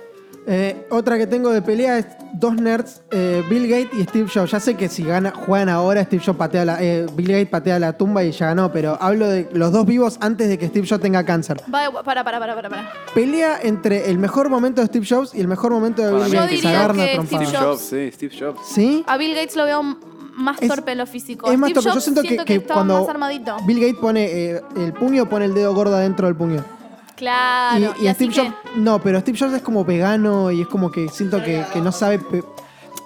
Speaker 4: Eh, otra que tengo de pelea es dos nerds, eh, Bill Gates y Steve Jobs. Ya sé que si gana, juegan ahora, Steve Jobs patea la, eh, Bill Gates patea la tumba y ya ganó, pero hablo de los dos vivos antes de que Steve Jobs tenga cáncer.
Speaker 5: Va, para, para, para, para, para.
Speaker 4: Pelea entre el mejor momento de Steve Jobs y el mejor momento de
Speaker 3: Para
Speaker 4: Bill
Speaker 3: mí
Speaker 4: Gates.
Speaker 3: Yo
Speaker 4: que se
Speaker 3: diría
Speaker 4: agarran a
Speaker 5: que Steve
Speaker 4: trompadas.
Speaker 3: Steve Jobs, sí, Steve Jobs.
Speaker 4: ¿Sí?
Speaker 5: A Bill Gates lo veo m- más
Speaker 4: Es-
Speaker 5: torpe en lo físico.
Speaker 4: Es más
Speaker 5: Steve
Speaker 4: torpe. Yo
Speaker 5: Jobs
Speaker 4: siento que, que
Speaker 5: estaba
Speaker 4: cuando
Speaker 5: más armadito.
Speaker 4: Bill Gates pone eh, el puño, pone el dedo gordo adentro del puño. Y-
Speaker 5: Claro.
Speaker 4: y
Speaker 5: Y, así
Speaker 4: Steve Jobs. No, pero Steve Jobs es como vegano y es como que siento que, que no sabe. pe-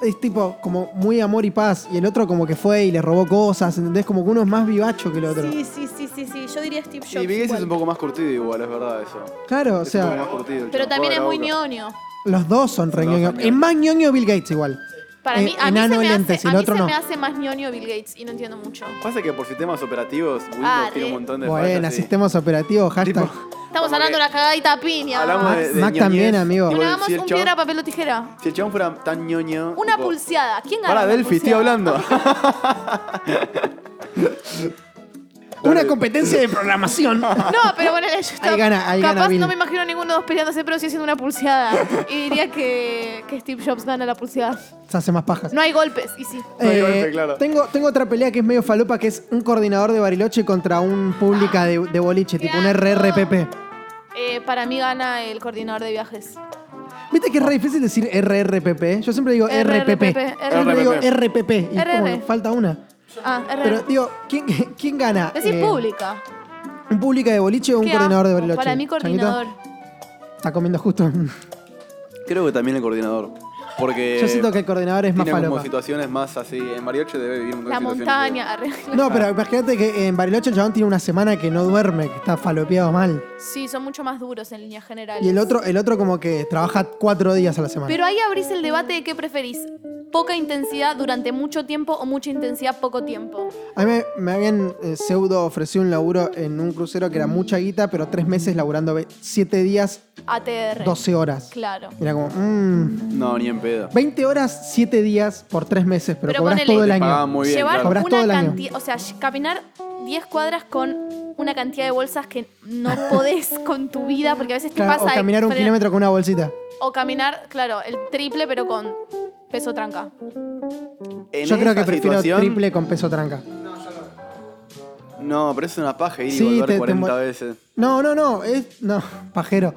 Speaker 4: Es tipo como muy amor y paz. Y el otro como que fue y le robó cosas. ¿Entendés? Como que uno es más vivacho que el
Speaker 5: que-
Speaker 4: otro.
Speaker 5: Sí, sí, sí, sí, sí. Yo diría Steve Jobs.
Speaker 3: Y Bill Gates es
Speaker 5: igual.
Speaker 3: un poco más curtido igual, es verdad eso.
Speaker 4: Claro, o
Speaker 3: Es un poco más
Speaker 4: sea,
Speaker 3: curtido, el
Speaker 5: Pero
Speaker 3: champú
Speaker 5: también
Speaker 3: de
Speaker 5: es
Speaker 3: la
Speaker 5: muy
Speaker 3: boca.
Speaker 5: ñoño.
Speaker 4: los dos son re
Speaker 3: Los dos
Speaker 4: ñoño.
Speaker 3: son
Speaker 4: Es más ñoño Bill Gates igual.
Speaker 5: Para
Speaker 4: Eh,
Speaker 5: mí, a mí se,
Speaker 4: enano y
Speaker 5: me
Speaker 4: lentes, y
Speaker 5: hace, a
Speaker 4: el
Speaker 5: mí
Speaker 4: otro
Speaker 5: se me
Speaker 4: no.
Speaker 5: hace más ñoño Bill Gates y no entiendo mucho.
Speaker 3: Pasa que por sistemas operativos, Windows
Speaker 5: Ah,
Speaker 3: tiene un
Speaker 5: re.
Speaker 3: montón de
Speaker 4: Buena,
Speaker 3: fallas y-
Speaker 4: sistemas operativos, hashtag.
Speaker 3: Tipo,
Speaker 5: Estamos
Speaker 3: como
Speaker 5: hablando de
Speaker 3: que
Speaker 5: una cagadita a piña.
Speaker 3: Hablamos de, de
Speaker 4: Mac
Speaker 3: ñoñez,
Speaker 4: también, amigo.
Speaker 3: y
Speaker 5: Bueno,
Speaker 3: vos
Speaker 5: hagamos
Speaker 3: decís,
Speaker 5: un
Speaker 3: el
Speaker 5: piedra,
Speaker 3: chabón-
Speaker 5: papel o tijera.
Speaker 3: Si el chabón fuera tan ñoño...
Speaker 5: Una
Speaker 3: tipo,
Speaker 5: pulseada. ¿Quién gana?
Speaker 3: Para
Speaker 5: una
Speaker 3: Delphi, estoy
Speaker 5: pulseada?
Speaker 3: hablando.
Speaker 4: Una competencia de programación.
Speaker 5: No, pero bueno, yo estaba,
Speaker 4: gana- ahí
Speaker 5: capaz
Speaker 4: gana Bill.
Speaker 5: no me imagino a ninguno de los peleándose, pero sí haciendo una pulseada. Y diría que, que Steve Jobs gana la pulseada.
Speaker 4: Se hace más pajas.
Speaker 5: No hay golpes, y sí.
Speaker 3: No hay golpe, claro.
Speaker 4: Eh, tengo, tengo otra pelea que es medio falopa, que es un coordinador de Bariloche contra un pública de, de boliche, tipo un
Speaker 5: asco.
Speaker 4: RRPP.
Speaker 5: Eh, para mí gana el coordinador de viajes.
Speaker 4: Ah, ¿Viste que es re difícil decir RRPP? Yo siempre digo RPP.
Speaker 5: RRPP.
Speaker 4: Siempre digo RPP. Y es como
Speaker 5: RR.
Speaker 4: que falta una.
Speaker 5: Ah, es
Speaker 4: Pero
Speaker 5: raro.
Speaker 4: digo, ¿quién, quién gana?
Speaker 5: Decís
Speaker 4: Eh,
Speaker 5: pública.
Speaker 4: ¿Un pública de boliche o un
Speaker 5: Qué
Speaker 4: coordinador de
Speaker 5: asco.
Speaker 4: Bariloche?
Speaker 5: Para mí coordinador.
Speaker 4: Changuito, Está comiendo justo.
Speaker 3: Creo que también el coordinador. Porque...
Speaker 4: Yo siento que el coordinador es más
Speaker 3: Eh, tiene como
Speaker 4: falopa.
Speaker 3: situaciones más así. En Marioche debe vivir un montón de
Speaker 5: La
Speaker 3: situaciones
Speaker 5: montaña. arre.
Speaker 4: No, pero imagínate que en Bariloche el chabón tiene una semana que no duerme, que está falopeado mal.
Speaker 5: Sí, son mucho más duros en línea general.
Speaker 4: Y el otro, el otro como que trabaja cuatro días a la semana.
Speaker 5: Pero ahí abrís el debate de qué preferís. Poca intensidad durante mucho tiempo o mucha intensidad poco tiempo.
Speaker 4: A mí me, me habían eh, pseudo ofrecido un laburo en un crucero que era mucha guita, pero tres meses laburando ve- siete días,
Speaker 5: ATR.
Speaker 4: 12 horas.
Speaker 5: Claro.
Speaker 4: Era como, mmm,
Speaker 3: que- No, ni en pedo.
Speaker 4: 20 horas, 7 días por tres meses, pero,
Speaker 5: Pero
Speaker 4: cobras
Speaker 5: ponele-
Speaker 4: todo el
Speaker 5: Te
Speaker 4: año.
Speaker 3: pagaban muy bien,
Speaker 5: Llevar
Speaker 3: claro.
Speaker 4: Cobras todo
Speaker 5: una
Speaker 4: el año.
Speaker 5: cantidad, o sea, ll- caminar 10 cuadras con una cantidad de bolsas que no podés con tu vida, porque a veces te
Speaker 4: Claro,
Speaker 5: pasa...
Speaker 4: o
Speaker 5: de
Speaker 4: caminar un
Speaker 5: fre-
Speaker 4: kilómetro con una bolsita.
Speaker 5: O caminar, claro, el triple, pero con peso tranca.
Speaker 3: En
Speaker 4: Yo creo
Speaker 3: esa
Speaker 4: que prefiero
Speaker 3: situación-
Speaker 4: triple con peso tranca.
Speaker 3: No, pero es una paja ir y
Speaker 4: Sí,
Speaker 3: volver
Speaker 4: te- te
Speaker 3: 40
Speaker 4: mu-
Speaker 3: veces.
Speaker 4: No, no, no, es. No, pajero.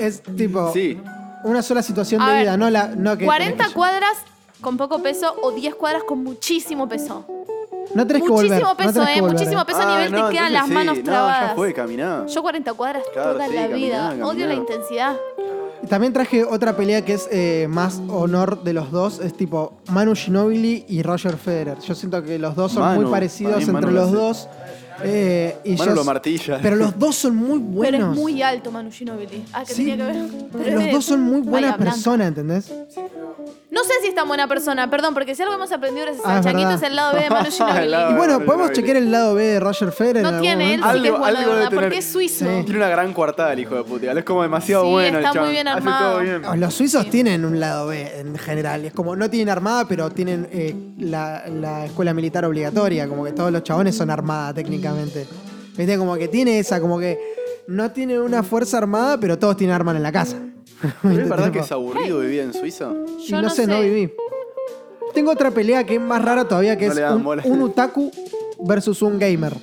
Speaker 4: Es tipo.
Speaker 3: Sí.
Speaker 4: Una sola situación
Speaker 5: A
Speaker 4: de
Speaker 5: ver,
Speaker 4: vida, no la. No, que
Speaker 5: 40
Speaker 4: tenés que-
Speaker 5: cuadras con poco peso o 10 cuadras con muchísimo peso.
Speaker 4: No tenés que volver.
Speaker 5: muchísimo
Speaker 4: no
Speaker 5: peso,
Speaker 4: tenés que
Speaker 5: ¿eh?
Speaker 4: volver,
Speaker 5: Muchísimo peso a
Speaker 3: Ah,
Speaker 5: nivel
Speaker 3: no,
Speaker 5: te quedan
Speaker 3: entonces
Speaker 5: las manos
Speaker 3: sí. No,
Speaker 5: trabadas.
Speaker 3: ya fue, caminá.
Speaker 5: Yo 40 cuadras
Speaker 3: Claro,
Speaker 5: toda
Speaker 3: sí,
Speaker 5: la
Speaker 3: caminá,
Speaker 5: vida.
Speaker 3: caminá.
Speaker 5: Odio la intensidad.
Speaker 4: Y También traje otra pelea que es eh, más honor de los dos. Es tipo Manu Ginobili y Roger Federer. Yo siento que los dos son
Speaker 3: Manu,
Speaker 4: muy parecidos
Speaker 3: para mí
Speaker 4: entre
Speaker 3: Manu
Speaker 4: los
Speaker 3: lo
Speaker 4: dos. Eh, y
Speaker 3: Manu
Speaker 4: yo-
Speaker 3: lo martilla.
Speaker 4: Pero los dos son muy buenos.
Speaker 5: Pero es muy alto Manu Ginobili. Ah, que
Speaker 4: Sí,
Speaker 5: tenía que ver.
Speaker 4: Pero los dos son muy buenas
Speaker 5: Vaya, blanca.
Speaker 4: personas, ¿entendés?
Speaker 5: No sé si es tan buena persona, perdón, porque si algo hemos aprendido gracias
Speaker 4: Ah,
Speaker 5: a
Speaker 4: es
Speaker 5: Chaquito
Speaker 4: verdad.
Speaker 5: es el lado B de Manu Ginobili.
Speaker 3: El lado
Speaker 4: Y
Speaker 3: Ah,
Speaker 4: bueno,
Speaker 3: Roger
Speaker 4: podemos
Speaker 3: Federer.
Speaker 4: chequear el lado B de Roger Federer. en
Speaker 5: No
Speaker 4: algún
Speaker 5: tiene él,
Speaker 4: momento?
Speaker 5: sí que es
Speaker 3: Algo-
Speaker 5: bueno de
Speaker 3: algo debe
Speaker 5: verdad,
Speaker 3: tener.
Speaker 5: porque es suizo.
Speaker 4: Sí.
Speaker 3: Tiene una gran cuartada el hijo de puta. Es como demasiado
Speaker 5: Sí,
Speaker 3: bueno el
Speaker 5: está muy
Speaker 3: chabón.
Speaker 5: bien
Speaker 3: Hace
Speaker 5: armado.
Speaker 3: todo bien.
Speaker 4: Ah, Los suizos tienen un lado B en general. Es como, no tienen armada, pero tienen eh, la, la escuela militar obligatoria. Como que todos los chabones son armada técnicamente. ¿Viste? Como que tiene esa, como que no tienen una fuerza armada, pero todos tienen armas en la casa.
Speaker 3: ¿Es
Speaker 4: ¿Viste?
Speaker 3: verdad
Speaker 4: Tipo,
Speaker 3: que es aburrido vivir en Suiza?
Speaker 4: y no, sé, no viví. Tengo otra pelea que es más rara todavía, que
Speaker 3: No le
Speaker 4: es
Speaker 3: dan
Speaker 4: un,
Speaker 3: bola.
Speaker 4: un otaku versus un gamer.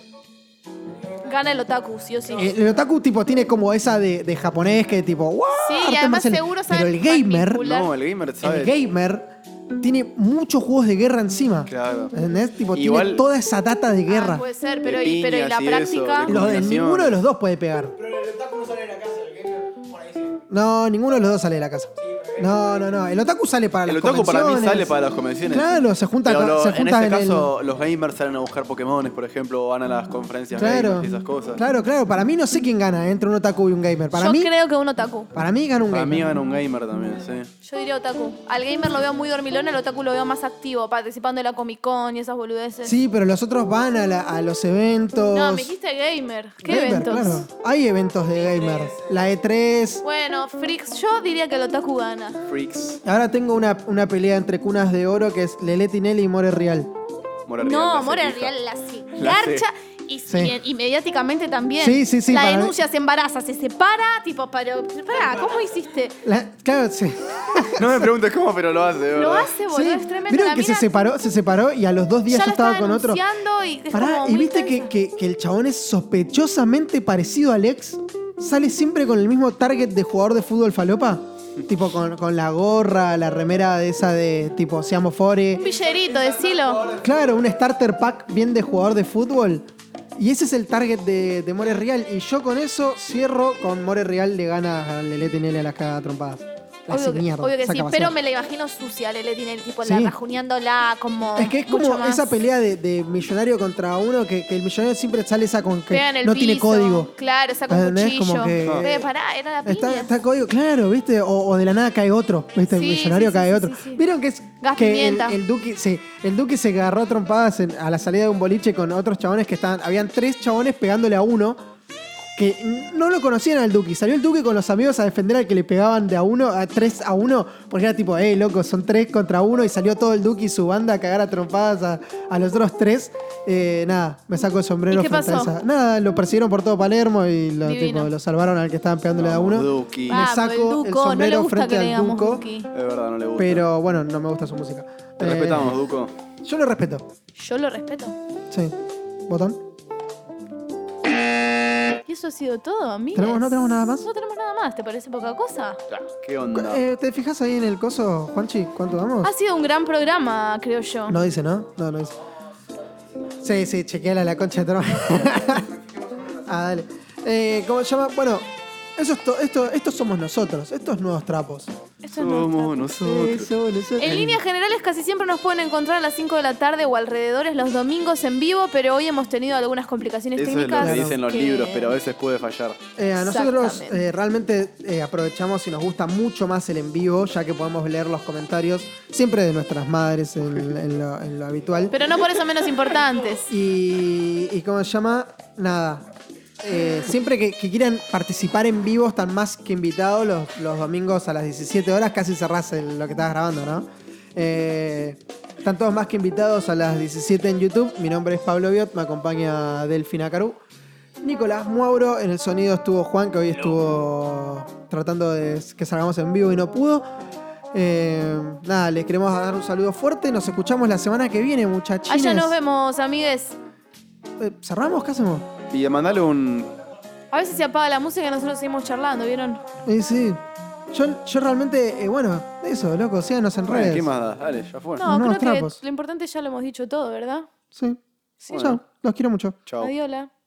Speaker 5: Gana el otaku, sí o sí.
Speaker 4: Eh, El otaku tipo tiene como esa de, de japonés que tipo, ¡wow!
Speaker 5: Sí, y
Speaker 4: arte
Speaker 5: además
Speaker 4: marcial".
Speaker 5: seguro
Speaker 4: Pero
Speaker 5: saben
Speaker 4: el gamer,
Speaker 5: manipular.
Speaker 3: No, el gamer sabe.
Speaker 4: el gamer tiene muchos juegos de guerra encima.
Speaker 3: Claro.
Speaker 4: ¿Entendés? Tipo, tiene
Speaker 3: Igual-
Speaker 4: toda esa data de
Speaker 5: Ah,
Speaker 4: guerra.
Speaker 5: puede ser, pero,
Speaker 3: De
Speaker 5: y, pero y la
Speaker 3: piñas y eso,
Speaker 5: práctica.
Speaker 3: de
Speaker 4: Los de-
Speaker 3: combinación.
Speaker 4: ninguno de los dos puede pegar. No, ninguno de los dos sale de la casa. No, no, no. El otaku sale para
Speaker 3: El
Speaker 4: las
Speaker 3: otaku para mí
Speaker 4: convenciones.
Speaker 3: sale para las convenciones.
Speaker 4: Claro, se junta,
Speaker 3: Pero
Speaker 4: con-
Speaker 3: lo-
Speaker 4: se
Speaker 3: en
Speaker 4: junta
Speaker 3: este
Speaker 4: en, el-
Speaker 3: caso, los gamers salen a buscar Pokémones, por ejemplo, o van a las conferencias
Speaker 4: Claro,
Speaker 3: gamers y esas cosas.
Speaker 4: claro, claro. Para mí no sé quién gana entre un otaku y un gamer. Para
Speaker 5: Yo
Speaker 4: mí,
Speaker 5: creo que un otaku.
Speaker 4: para mí gana un
Speaker 3: Para mí
Speaker 4: gamer.
Speaker 3: gana un gamer también, sí.
Speaker 5: Yo diría otaku. Al gamer lo veo muy dormilón, al otaku lo veo más activo, participando de la Comic Con y esas boludeces.
Speaker 4: Sí, pero los otros van a, la- a los eventos.
Speaker 5: No, me dijiste gamer. ¿Qué
Speaker 4: Gamer,
Speaker 5: eventos?
Speaker 4: claro. Hay eventos de gamer. La E E3.
Speaker 5: Bueno, freaks, yo diría que el otaku gana.
Speaker 3: Freaks,
Speaker 4: Ahora tengo una, una pelea entre cunas de oro que es Lele Tinelli y More Real.
Speaker 3: Mora Real,
Speaker 5: No,
Speaker 3: la
Speaker 5: Mora
Speaker 3: cerquita.
Speaker 5: Real la sí.
Speaker 3: La
Speaker 5: Garcha y,
Speaker 4: Sí.
Speaker 5: y- y mediáticamente también.
Speaker 4: Sí, sí, sí,
Speaker 5: La
Speaker 4: para-
Speaker 5: denuncia se embaraza, se separa, tipo, pero, pará, ¿cómo hiciste?
Speaker 4: La- claro, sí.
Speaker 3: No me preguntes cómo, pero lo hace, de
Speaker 5: Lo
Speaker 3: verdad.
Speaker 5: hace, boludo,
Speaker 4: Sí.
Speaker 5: es tremendo.
Speaker 4: Vieron
Speaker 5: La
Speaker 4: que se
Speaker 5: mina
Speaker 4: separó, se separó y a los dos
Speaker 5: ya
Speaker 4: días ya,
Speaker 5: lo
Speaker 4: estaba
Speaker 5: está
Speaker 4: con otro.
Speaker 5: denunciando Y es
Speaker 4: Pará,
Speaker 5: como
Speaker 4: y
Speaker 5: muy
Speaker 4: viste que,
Speaker 5: intensa.
Speaker 4: que- que el chabón es sospechosamente parecido al ex. Sale siempre con el mismo target de jugador de fútbol falopa. Tipo con, con la gorra, la remera de esa de tipo Seamos Fore.
Speaker 5: Un pillerito, decilo.
Speaker 4: Claro, un starter pack bien de jugador de fútbol. Y ese es el target de, de More Real. Y yo con eso cierro con More Real le gana a Lele Tinelli a las cagadas trompadas. La hace
Speaker 5: Obvio que,
Speaker 4: mierda,
Speaker 5: obvio que
Speaker 4: saca
Speaker 5: sí,
Speaker 4: a pasear.
Speaker 5: pero me la imagino sucia, Lele tiene el tipo
Speaker 4: Sí.
Speaker 5: la rajuneándola como.
Speaker 4: Es que es
Speaker 5: mucho
Speaker 4: como
Speaker 5: más.
Speaker 4: esa pelea de, de millonario contra uno que, que el millonario siempre sale esa con que
Speaker 5: Pega en el
Speaker 4: no tiene
Speaker 5: piso,
Speaker 4: código.
Speaker 5: Claro, saca un
Speaker 4: ¿Entendés?
Speaker 5: cuchillo.
Speaker 4: Como que-
Speaker 5: Ve, pará, era la piña.
Speaker 4: Está, está código, claro, ¿viste? O, o de la nada cae otro, ¿viste? el
Speaker 5: Sí,
Speaker 4: millonario
Speaker 5: sí, sí,
Speaker 4: cae
Speaker 5: sí,
Speaker 4: otro.
Speaker 5: sí, sí.
Speaker 4: ¿Vieron que es
Speaker 5: Gas
Speaker 4: que
Speaker 5: pimienta.
Speaker 4: El, el Duque, sí, el Duque se agarró a trompadas en- a la salida de un boliche con otros chabones que estaban. Habían tres chabones pegándole a uno que n- no lo conocían al Duque. Salió el Duque con los amigos a defender al que le pegaban de a uno, a tres a uno, porque era tipo, eh, loco, son tres contra uno, y salió todo el Duque y su banda a cagar a trompadas a, a los otros tres. Eh, nada, me saco el sombrero
Speaker 5: ¿Y qué
Speaker 4: frente a
Speaker 5: pasó?
Speaker 4: esa- Nada, lo persiguieron por todo Palermo y lo,
Speaker 5: Divino.
Speaker 4: tipo, lo salvaron al que estaban pegándole de a
Speaker 3: Vamos,
Speaker 4: uno.
Speaker 3: Duki.
Speaker 4: Ah,
Speaker 5: Ah,
Speaker 4: me saco
Speaker 5: pero el
Speaker 4: el
Speaker 5: Duco, no le
Speaker 4: sombrero
Speaker 5: gusta
Speaker 4: frente
Speaker 5: que
Speaker 4: al
Speaker 5: le digamos
Speaker 4: Duco,
Speaker 5: Duki.
Speaker 3: Es verdad, no le gusta.
Speaker 4: Pero bueno, no me gusta su música.
Speaker 3: Te
Speaker 4: Eh,
Speaker 3: respetamos, Duco.
Speaker 4: Yo lo respeto.
Speaker 5: Yo lo respeto.
Speaker 4: Sí. ¿Botón?
Speaker 5: Y eso ha sido todo, amigos.
Speaker 4: ¿Tenemos- no tenemos nada más?
Speaker 5: No tenemos nada más, ¿te parece poca cosa?
Speaker 3: ¿Qué onda?
Speaker 4: Eh, ¿Te fijas ahí en el coso, Juanchi? ¿Cuánto damos?
Speaker 5: Ha sido un gran programa, creo yo.
Speaker 4: No dice, ¿no? No, no dice. Sí, sí, chequeala la concha de tu hermana. ah, dale. Eh, ¿Cómo se llama? Bueno, eso es to- esto, estos somos nosotros, estos nuevos trapos.
Speaker 5: Eso es nuestra-
Speaker 3: Somos nosotros.
Speaker 4: Eso, eso.
Speaker 5: En líneas generales casi siempre nos pueden encontrar a las 5 de la tarde o alrededores los domingos en vivo, pero hoy hemos tenido algunas complicaciones
Speaker 3: Eso es lo
Speaker 5: técnicas.
Speaker 3: que dicen los
Speaker 5: que-
Speaker 3: libros, pero a veces puede fallar.
Speaker 4: Eh, a nosotros
Speaker 5: Exactamente.
Speaker 4: eh, realmente eh, aprovechamos y nos gusta mucho más el en vivo, ya que podemos leer los comentarios siempre de nuestras madres en, en lo, en lo habitual.
Speaker 5: Pero no por eso menos importantes.
Speaker 4: Y, y ¿cómo se llama? Nada. Eh, siempre que, que quieran participar en vivo, están más que invitados los, los domingos a las 17 horas. Casi cerrás el- lo que estabas grabando, ¿no? Eh, están todos más que invitados a las 17 en YouTube. Mi nombre es Pablo Biot, me acompaña Delfina Carú. Nicolás Muauro, en el sonido estuvo Juan, que hoy estuvo tratando de que salgamos en vivo y no pudo. Eh, nada, les queremos dar un saludo fuerte. Nos escuchamos la semana que viene, muchachines.
Speaker 5: Allá Ah, nos vemos, amigues.
Speaker 4: Eh, ¿Cerramos? ¿Qué hacemos?
Speaker 3: Y mandale un.
Speaker 5: A veces se apaga la música y nosotros seguimos charlando, ¿vieron?
Speaker 4: Eh, sí. Yo, yo realmente, eh, bueno, eso, loco, síganos en redes.
Speaker 3: ¿Qué más da? Dale, ya fue.
Speaker 5: No,
Speaker 4: Unos
Speaker 5: creo que
Speaker 4: trapos.
Speaker 5: lo importante ya lo hemos dicho todo, ¿verdad?
Speaker 4: Sí.
Speaker 5: Sí.
Speaker 4: Chao, los quiero mucho.
Speaker 3: Chao.
Speaker 5: Adiola.